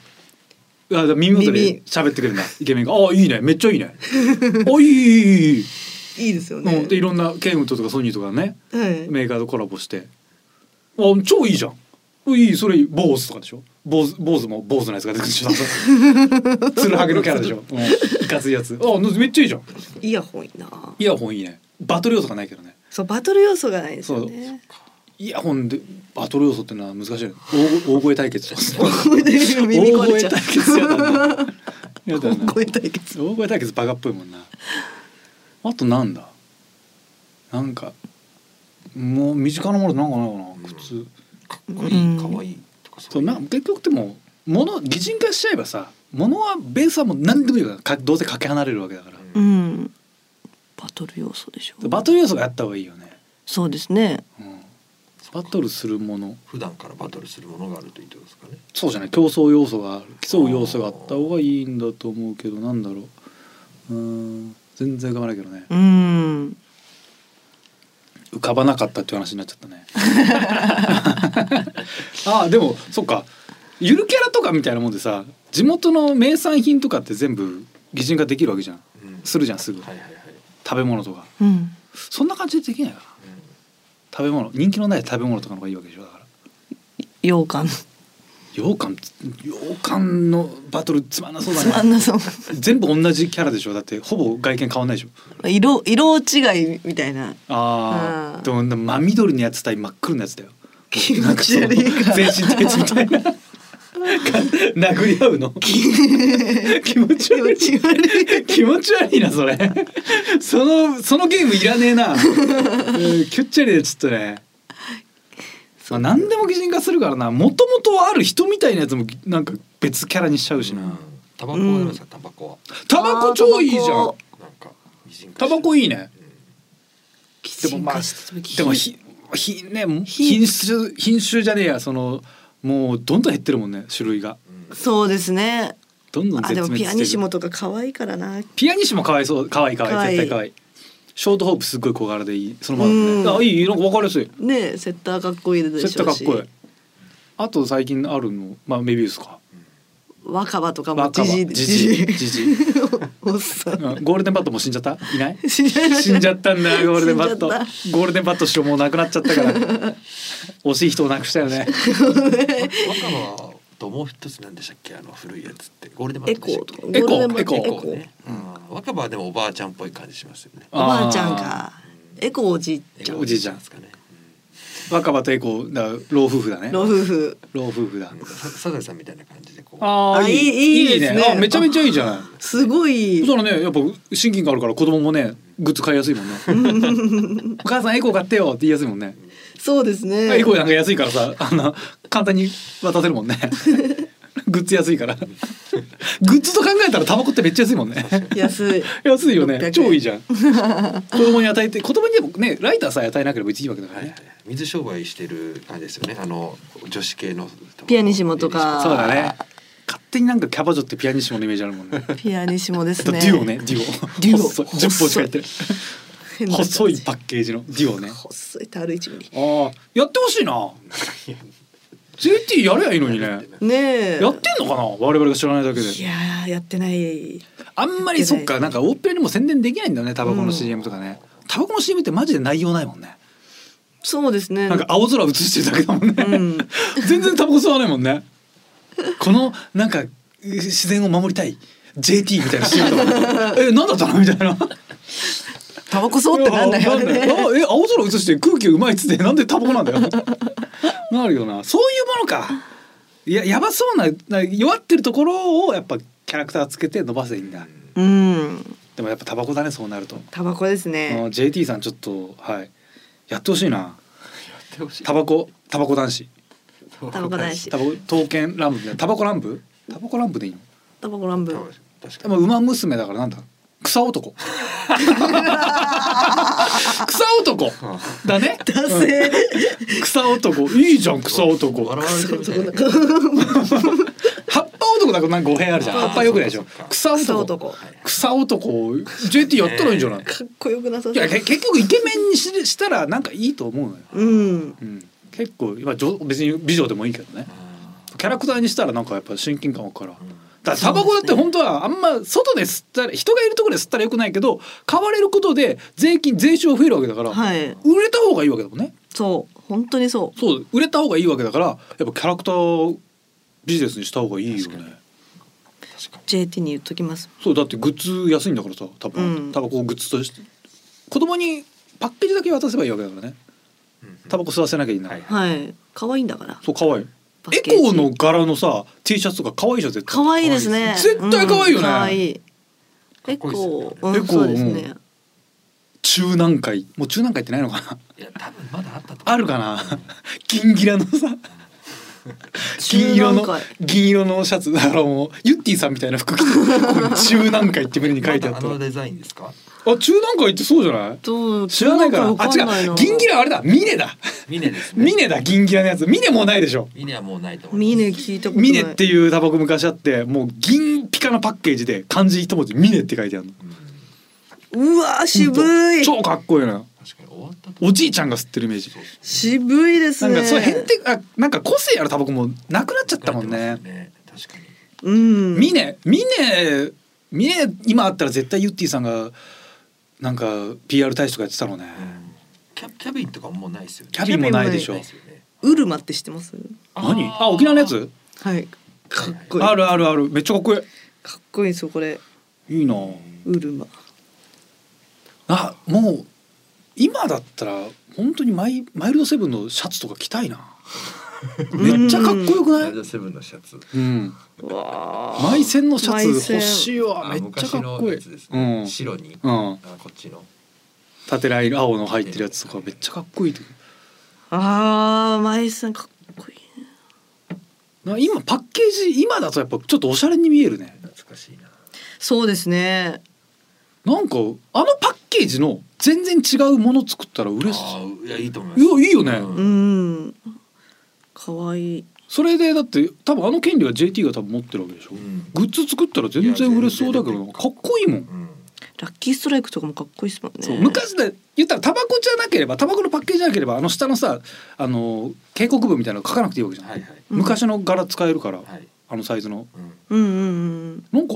[SPEAKER 3] あだから耳元で喋ってくるんだイケメンが「あいいねめっちゃいい ね」「あいいいいいいいい」
[SPEAKER 4] いいですよ
[SPEAKER 3] う
[SPEAKER 4] ね
[SPEAKER 3] ん、。でいろんなケンウッドとかソニーとかね
[SPEAKER 4] はい。
[SPEAKER 3] メーカーとコラボして「あ超いいじゃん」おいいそれいい坊主とかでしょ坊主坊主も坊主のやつが出てくるでしょなん かつるはげのキャラでしょ、うん、いかついやつあめっちゃいいじゃん
[SPEAKER 4] イヤホンいいな。
[SPEAKER 3] イヤホンいいねバトル要素がないけどね
[SPEAKER 4] そうバトル要素がないですよね。
[SPEAKER 3] イヤホンでバトル要素ってのは難しいよね大大声対決とかさ大
[SPEAKER 4] 耳壊れ
[SPEAKER 3] 声
[SPEAKER 4] ちゃ
[SPEAKER 3] 対決やだなやだ
[SPEAKER 4] う。
[SPEAKER 3] な
[SPEAKER 4] 声対決。
[SPEAKER 3] 大声対決バカっぽいもんなあとなんだなんかもう身近なものなんかないかな
[SPEAKER 5] うん
[SPEAKER 3] 靴、
[SPEAKER 5] かっこいい
[SPEAKER 4] うん
[SPEAKER 5] かわいいとか
[SPEAKER 3] そう
[SPEAKER 5] い
[SPEAKER 3] な結局でも物擬人化しちゃえばさ物はベースはもう何でもいいからかどうせかけ離れるわけだから、
[SPEAKER 5] う
[SPEAKER 4] うんん。バトル要素でしょ。
[SPEAKER 3] バトル要素があった方がいいよね、
[SPEAKER 4] そうですね。
[SPEAKER 3] うん、バトルするもの
[SPEAKER 5] 普段からバトルするものがあるといいってことですかね
[SPEAKER 3] そうじゃない競争要素がある競う要素があった方がいいんだと思うけどなんだろううーん全然浮かばないけどね
[SPEAKER 4] うん。
[SPEAKER 3] 浮かばなかったっていう話になっちゃったねあーでもそっかゆるキャラとかみたいなもんでさ地元の名産品とかって全部擬人化できるわけじゃん
[SPEAKER 5] うん
[SPEAKER 3] するじゃんすぐ
[SPEAKER 5] はいはいはい
[SPEAKER 3] 食べ物とか
[SPEAKER 4] うん。
[SPEAKER 3] そんな感じでできないかな食べ物人気のない食べ物とかの方がいいわけでしょだから
[SPEAKER 4] 羊羹。
[SPEAKER 3] 羊羹羊羹のバトルつまんなそう
[SPEAKER 4] つま
[SPEAKER 3] だ
[SPEAKER 4] ん
[SPEAKER 3] ね
[SPEAKER 4] なそう。
[SPEAKER 3] 全部同じキャラでしょだってほぼ外見変わんないでしょ
[SPEAKER 4] 色色違いみたい な。
[SPEAKER 3] あ
[SPEAKER 4] う
[SPEAKER 3] あ
[SPEAKER 4] ん
[SPEAKER 3] でも真緑のやつ対真っ黒のやつだよ
[SPEAKER 4] 気
[SPEAKER 3] な
[SPEAKER 4] 持
[SPEAKER 3] んか
[SPEAKER 4] ち
[SPEAKER 3] その
[SPEAKER 4] 悪いから。
[SPEAKER 3] 全身タイツみたいな か殴り合うの気持ち
[SPEAKER 4] 気
[SPEAKER 3] 悪
[SPEAKER 4] 持
[SPEAKER 3] い
[SPEAKER 4] ち悪 い。
[SPEAKER 3] 気持ち悪いなそれ そのそのゲームいらねえ な、うん、キュッチャリでちょっとねまあ何でも擬人化するからなもともとある人みたいなやつもなんか別キャラにしちゃうしな、
[SPEAKER 5] タバコはダメですかタバコは
[SPEAKER 3] タバコ超いいじゃ
[SPEAKER 4] あータ
[SPEAKER 3] ん
[SPEAKER 4] バコ
[SPEAKER 5] なんか擬人化
[SPEAKER 3] タバコいいね
[SPEAKER 4] き
[SPEAKER 3] でもまあでもひひね品
[SPEAKER 4] 品
[SPEAKER 3] 種品種じゃねえやそのもうどんどん減ってるもんね種類が
[SPEAKER 4] そうですね。
[SPEAKER 3] どんどん
[SPEAKER 4] あ
[SPEAKER 3] 絶
[SPEAKER 4] でも
[SPEAKER 3] 滅
[SPEAKER 4] ピア
[SPEAKER 3] し
[SPEAKER 4] ニ
[SPEAKER 3] て
[SPEAKER 4] シ
[SPEAKER 3] る
[SPEAKER 4] モとか可愛いからな。
[SPEAKER 3] ピアニッシモかわいそうかわいいかわいい
[SPEAKER 4] 可愛い
[SPEAKER 3] 絶対かわいいショートホープすっごい小柄でいいそのままだね、
[SPEAKER 4] うん
[SPEAKER 3] あいいなんか分かりやすい
[SPEAKER 4] ねえセッターかっこいいでしょうし。
[SPEAKER 3] 絶対かっこいいあと最近あるのまあメビウスか
[SPEAKER 4] 若葉とかも
[SPEAKER 3] 若
[SPEAKER 4] じじ
[SPEAKER 3] 葉ジジ
[SPEAKER 4] じ
[SPEAKER 3] ジジ
[SPEAKER 4] おっさ ん。
[SPEAKER 3] うんゴールデンバットもう死んじゃったい ない
[SPEAKER 4] 死んじゃいました
[SPEAKER 3] 死んじゃったんだゴールデンバット
[SPEAKER 4] 死んじゃっ
[SPEAKER 3] ゴールデンバット師匠もうなくなっちゃ ったから惜しい人をなくしたよね
[SPEAKER 5] 若葉ともう一つなんでしたっけあの古いやつってゴールデンバッ
[SPEAKER 4] エ
[SPEAKER 5] ト
[SPEAKER 4] コ
[SPEAKER 5] で
[SPEAKER 4] ー
[SPEAKER 5] したっ
[SPEAKER 4] と
[SPEAKER 5] け
[SPEAKER 4] か
[SPEAKER 3] エ
[SPEAKER 4] ゴー
[SPEAKER 3] コー
[SPEAKER 4] ルデンバッ
[SPEAKER 3] エ
[SPEAKER 4] ト
[SPEAKER 3] コー
[SPEAKER 4] エコーね。
[SPEAKER 5] うん若葉はでもおばあちゃんっぽい感じしますよね
[SPEAKER 4] おばあちゃんか。エコーおじいちゃん
[SPEAKER 3] お。じいちゃん
[SPEAKER 5] ですかね
[SPEAKER 3] 若葉とエコーだから老夫婦だね
[SPEAKER 4] 老
[SPEAKER 3] 老
[SPEAKER 4] 夫婦。
[SPEAKER 3] 夫婦だ
[SPEAKER 5] うんさサザエさんみたいな感じでこう
[SPEAKER 3] あー
[SPEAKER 4] あ
[SPEAKER 3] いい
[SPEAKER 4] いいいいですね
[SPEAKER 3] ねあめちゃめちゃいいじゃない
[SPEAKER 4] すごい
[SPEAKER 3] そし。たらねやっぱ親近感あるから子供もねグッズ買いやすいもんね お母さんエコー買ってよって言いやすいもんね
[SPEAKER 4] そうですね。
[SPEAKER 3] エコーなんか安いからさあの簡単に渡せるも んねグッズ安いからグッズと考えたらタバコってめっちゃ安いもんね
[SPEAKER 4] 安い。
[SPEAKER 3] 安いよ
[SPEAKER 4] 600
[SPEAKER 3] ね
[SPEAKER 4] 円
[SPEAKER 3] 超いいじ ゃん子供に与えて子供にでもねライターさえ与えなければいいわけだから
[SPEAKER 5] はい
[SPEAKER 3] ね、
[SPEAKER 5] 水商売してる感じですよねあの女子系の
[SPEAKER 4] ピアニッシモとか
[SPEAKER 3] そうだね勝手になんかキャバ嬢ってピアニッシモのイメージある もんね
[SPEAKER 4] ピアニシモで
[SPEAKER 3] あ
[SPEAKER 4] す
[SPEAKER 3] とデ
[SPEAKER 4] ね。
[SPEAKER 3] ュオねデュオ
[SPEAKER 4] デュオ
[SPEAKER 3] 細い10本しかやってる
[SPEAKER 4] 変な感じ
[SPEAKER 3] 細いパッケージのデュオね
[SPEAKER 4] 細いたるいちぶり。
[SPEAKER 3] ああやってほしいな JT やればいいのにねやって
[SPEAKER 4] ねえ。
[SPEAKER 3] んのかな我々が知らないだけで
[SPEAKER 4] いやーやってない。
[SPEAKER 3] あんまりそっかなんか大っぺらにも宣伝できないんだねタバコ
[SPEAKER 4] う
[SPEAKER 3] の
[SPEAKER 4] ん
[SPEAKER 3] CM とかね、タバコの CM ってマジで内容ないもんね
[SPEAKER 4] そうですね。
[SPEAKER 3] なんか青空映してるだけだもんね、
[SPEAKER 4] うん。
[SPEAKER 3] 全然タバコ吸わないもんねこのなんかう自然を守りたい JT みたいな CM とか え何だったのみたいな
[SPEAKER 4] タバコ吸おうってなんだよ
[SPEAKER 3] いやなんだ
[SPEAKER 4] ね。
[SPEAKER 3] よあえ青空映して空気うまいっつってなんでタバコなんだよなるよなそういうものかいややばそうなな弱ってるところをやっぱキャラクターつけて伸ばせばいいんだ
[SPEAKER 4] うん。
[SPEAKER 3] でもやっぱタバコだねそうなると、
[SPEAKER 4] タバコです
[SPEAKER 3] あ
[SPEAKER 4] ね。
[SPEAKER 3] の JT さんちょっとはいやってほしいな
[SPEAKER 5] ってほしい
[SPEAKER 3] タバコタバコ男子
[SPEAKER 4] タバコないし。
[SPEAKER 3] タバコ刀剣乱舞タバコ乱舞タバコ乱舞でいいの
[SPEAKER 4] タバコ乱
[SPEAKER 5] 多
[SPEAKER 4] 舞
[SPEAKER 5] 分。確
[SPEAKER 3] で
[SPEAKER 5] か
[SPEAKER 3] も
[SPEAKER 5] に
[SPEAKER 3] 馬娘だからなんだ草男草男だね
[SPEAKER 4] 男性。
[SPEAKER 3] 草男いいじゃん草男葉っ
[SPEAKER 5] 笑われてるみたいな
[SPEAKER 3] ぱ男だからなんか語弊あるじゃん
[SPEAKER 4] あー
[SPEAKER 3] 葉っぱよくないでしょ
[SPEAKER 5] そっか
[SPEAKER 3] 草
[SPEAKER 5] そっか
[SPEAKER 4] 草
[SPEAKER 3] 男
[SPEAKER 4] 男。
[SPEAKER 3] 草男を JT やったらいいんじゃない、
[SPEAKER 4] かっこよくなさ
[SPEAKER 3] い
[SPEAKER 4] そ
[SPEAKER 3] や
[SPEAKER 4] う。
[SPEAKER 3] け結局イケメンにししたらなんかいいと思うのよ、
[SPEAKER 4] うん。
[SPEAKER 3] うん、結構今女別に美女でもいいけどねキャラクターにしたらなんかやっぱ親近感わくからだからタバコだって本当はあんま外で吸ったら人がいるところで吸ったらよくないけど買われることで税金税収が増えるわけだから、
[SPEAKER 4] はい。
[SPEAKER 3] 売れた方がいいわけだもんね
[SPEAKER 4] そう。本当にそう。
[SPEAKER 3] そう売れた方がいいわけだからやっぱキャラクタービジネスにした方がいいよ
[SPEAKER 5] 確
[SPEAKER 3] ね
[SPEAKER 5] かに
[SPEAKER 4] JT に言っときます。
[SPEAKER 3] そうだってグッズ安いんだからさ多分、
[SPEAKER 4] うん
[SPEAKER 3] タバコをグッズとして子供にパッケージだけ渡せばいいわけだからねタバコ吸わせなきゃいいんだから、
[SPEAKER 5] はい
[SPEAKER 4] はい。可愛いんだから。
[SPEAKER 3] そう可愛い
[SPEAKER 4] パ
[SPEAKER 3] エ
[SPEAKER 4] ッケージ
[SPEAKER 3] コーの柄のさ T シャツとか可愛いじゃん絶対
[SPEAKER 4] 可愛いですね。
[SPEAKER 3] 絶対可愛いよね
[SPEAKER 4] うん可愛い。
[SPEAKER 5] っ
[SPEAKER 4] エ
[SPEAKER 5] こ
[SPEAKER 4] コ
[SPEAKER 5] いいですよね
[SPEAKER 4] ー。う
[SPEAKER 3] エ
[SPEAKER 4] ん
[SPEAKER 3] コー
[SPEAKER 4] そうですね。
[SPEAKER 3] 中南海もう中南海ってないのかない
[SPEAKER 5] や多分まだあったと
[SPEAKER 3] あるかな 銀ギラのさ銀色の
[SPEAKER 4] 中南海
[SPEAKER 3] 銀色のシャツだからもうユッティさんみたいな服着てここに中南海って胸に書いてあっ
[SPEAKER 5] ま
[SPEAKER 3] た
[SPEAKER 5] だあ
[SPEAKER 3] わ
[SPEAKER 5] のデザインですか
[SPEAKER 3] あ中南海ってそうじゃない
[SPEAKER 4] どう
[SPEAKER 3] 知らないから
[SPEAKER 4] んわん
[SPEAKER 3] あ
[SPEAKER 4] ない
[SPEAKER 3] 違
[SPEAKER 4] な
[SPEAKER 3] う銀ギラはあれだミネだ
[SPEAKER 5] ミネですね
[SPEAKER 3] ミネだ銀ギラのやつミネもうないでしょ
[SPEAKER 5] ミネはもうないと思
[SPEAKER 4] ミ
[SPEAKER 5] い
[SPEAKER 4] ネ
[SPEAKER 5] ます
[SPEAKER 4] 聞いたことない。
[SPEAKER 3] ミネっていうタバコ昔あってもう銀ピカのパッケージで漢字一文字ミネって書いてあるの
[SPEAKER 4] うわー渋い。
[SPEAKER 3] 超かっこいいのよ
[SPEAKER 5] 確かに終わったと
[SPEAKER 3] おじいちゃんが吸ってるイメージ
[SPEAKER 5] そうそう
[SPEAKER 4] 渋いです
[SPEAKER 3] なん
[SPEAKER 4] ね。
[SPEAKER 3] かそう変てあなんか個性あるタバコもなくなっちゃったもんね
[SPEAKER 5] 確かに
[SPEAKER 4] うん。
[SPEAKER 3] ミネミネミネ今あったら絶対ユッティさんがなんか PR 大使とかやってたのね、
[SPEAKER 5] うんキャキャビンとかもうないですよね
[SPEAKER 3] キャビンもないでし
[SPEAKER 5] な
[SPEAKER 3] ょ
[SPEAKER 5] いですよね
[SPEAKER 4] ウルマって知ってます？
[SPEAKER 3] 何あ沖縄のやつ
[SPEAKER 4] はいかっこいい
[SPEAKER 3] あるあるあるめっちゃかっこい
[SPEAKER 4] かっこいいんですよこれ
[SPEAKER 3] いいいな
[SPEAKER 4] ウルマ
[SPEAKER 3] あもう今だったら本当にマイマイルドセブンのシャツとか着 たいなめっちゃかっこよく
[SPEAKER 2] ラ
[SPEAKER 3] な
[SPEAKER 2] イ
[SPEAKER 3] い
[SPEAKER 2] ドセブンのシャツ
[SPEAKER 3] うん
[SPEAKER 4] うわー
[SPEAKER 3] マイセンのシャ
[SPEAKER 4] マ
[SPEAKER 3] ツ
[SPEAKER 4] イセン
[SPEAKER 3] 欲しいわ
[SPEAKER 2] あ
[SPEAKER 3] めっちゃ
[SPEAKER 2] 昔
[SPEAKER 3] かっ
[SPEAKER 2] の
[SPEAKER 3] こい
[SPEAKER 2] や
[SPEAKER 3] い
[SPEAKER 2] つです
[SPEAKER 3] う
[SPEAKER 2] ね
[SPEAKER 3] ん
[SPEAKER 2] 白に
[SPEAKER 3] うん
[SPEAKER 2] あこっちの
[SPEAKER 3] 縦ライン青の入ってるやつとかめっちゃかっこいいと
[SPEAKER 4] あーマイセンかっこいい
[SPEAKER 3] な今パッケージ今だとやっぱちょっとおしゃれに見えるね
[SPEAKER 2] 懐かしいな
[SPEAKER 4] そうですね
[SPEAKER 3] なんかあのパッケージの全然違うもの作ったら嬉し
[SPEAKER 2] あ
[SPEAKER 3] い
[SPEAKER 2] ーいやいいと思い
[SPEAKER 3] いやいいよね
[SPEAKER 2] う
[SPEAKER 4] うんんかわいい
[SPEAKER 3] それでだって多分あの権利は JT が多分持ってるわけでしょ、
[SPEAKER 2] うん
[SPEAKER 3] グッズ作ったら全然売れそうだけ
[SPEAKER 2] いや全
[SPEAKER 3] ど
[SPEAKER 2] 然
[SPEAKER 3] かっこいいもん、
[SPEAKER 2] うん
[SPEAKER 4] ラッキーストライクとかもかっこいいですもんね
[SPEAKER 3] そう昔で言ったらタバコじゃなければタバコのパッケージじゃなければあの下のさあの警告文みたいなの書かなくていいわけじゃない、
[SPEAKER 2] はいはい
[SPEAKER 4] うん
[SPEAKER 3] 昔の柄使えるから、
[SPEAKER 2] はい
[SPEAKER 3] あのサイズの
[SPEAKER 2] うん
[SPEAKER 4] うんうん
[SPEAKER 3] なんか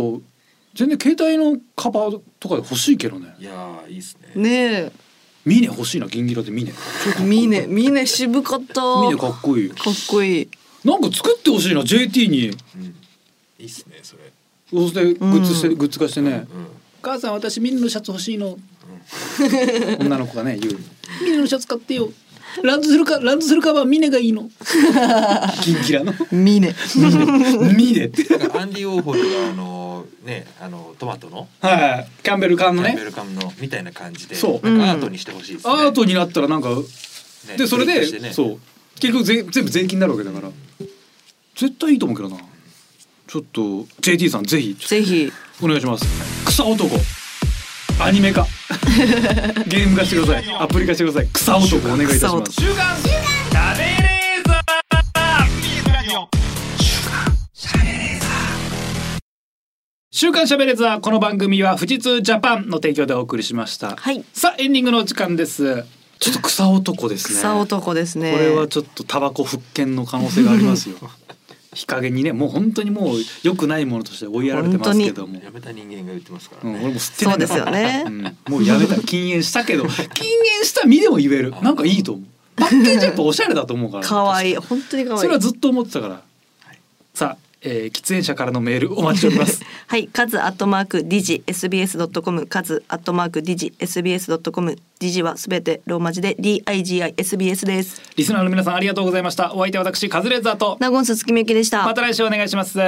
[SPEAKER 3] 全然携帯のカバーとかで欲しいけどね
[SPEAKER 2] いやーいいっすね
[SPEAKER 4] うんね
[SPEAKER 3] ミネ欲しいな銀ギラでミネ
[SPEAKER 4] え ミネミネ渋かった
[SPEAKER 3] ミ
[SPEAKER 4] か
[SPEAKER 3] ネ
[SPEAKER 4] っ
[SPEAKER 3] かっこいいよ
[SPEAKER 4] こいい
[SPEAKER 3] なんか作ってほしいな JT に
[SPEAKER 2] うんいいっすねそれ
[SPEAKER 3] そしてグッズして、グッズ化してね
[SPEAKER 2] うん
[SPEAKER 3] 「母さん私ミネのシャツ欲しいの」女の子がね言う「ミネのシャツ買ってよランドセルかランドセルカバーミネがいいの」銀ギラの
[SPEAKER 4] ミネ
[SPEAKER 3] ミネって
[SPEAKER 2] なんかアンディ・ウォーホルがあのねあのトマトの
[SPEAKER 3] はいキャンベル缶
[SPEAKER 2] キ
[SPEAKER 3] の
[SPEAKER 2] ャンベ
[SPEAKER 3] ね
[SPEAKER 2] ルカムのみたいな感じで
[SPEAKER 3] そう
[SPEAKER 2] なんかアートにしてほしいですね
[SPEAKER 3] アートになったらなんか
[SPEAKER 2] ね
[SPEAKER 3] でそれ
[SPEAKER 2] クリッ
[SPEAKER 3] で
[SPEAKER 2] クしてね
[SPEAKER 3] そう結局ぜ全部税金になるわけだから絶対いいと思うけどなちょっと JT さんぜひちょっと
[SPEAKER 4] ぜひ
[SPEAKER 3] お願いします草男アニメ 化ゲーム化してくださいアプリ化してください草男お願いいたし
[SPEAKER 4] 草
[SPEAKER 3] ま
[SPEAKER 4] 男
[SPEAKER 3] す
[SPEAKER 2] 食べれーザーラジオ
[SPEAKER 3] 週刊しゃべれザーこの番組は富士通ジャパンの提供でお送りしました、
[SPEAKER 4] はい
[SPEAKER 3] さあエンディングのお時間ですちょっと草男ですね
[SPEAKER 4] 草男ですね
[SPEAKER 3] これはちょっとタバコ復権の可能性がありますよ日陰にねもう本当にもう良くないものとして追いやられてますけども
[SPEAKER 2] やめた人間が言ってますから
[SPEAKER 3] うん、
[SPEAKER 2] ね
[SPEAKER 3] 俺も吸ってないんだ
[SPEAKER 4] そうですよね
[SPEAKER 3] うんもうやめた禁煙したけ ど禁煙した身でも言えるなんかいいと思うパッケージやっぱおしゃれだと思うから
[SPEAKER 4] かわいい本当にかわいい
[SPEAKER 3] それはずっと思ってたから、さあ、えー、喫煙者からのメールお待ちしております
[SPEAKER 4] はい、カズアットマークディジ SBS ドットコム、カズアットマークディジ SBS ドットコム、ディジはすべてローマ字で D I G I S B S です。
[SPEAKER 3] リスナーの皆さんありがとうございましたお相手は私カズレーザーと
[SPEAKER 4] ナゴンス月見ゆきでした。
[SPEAKER 3] また来週お願いします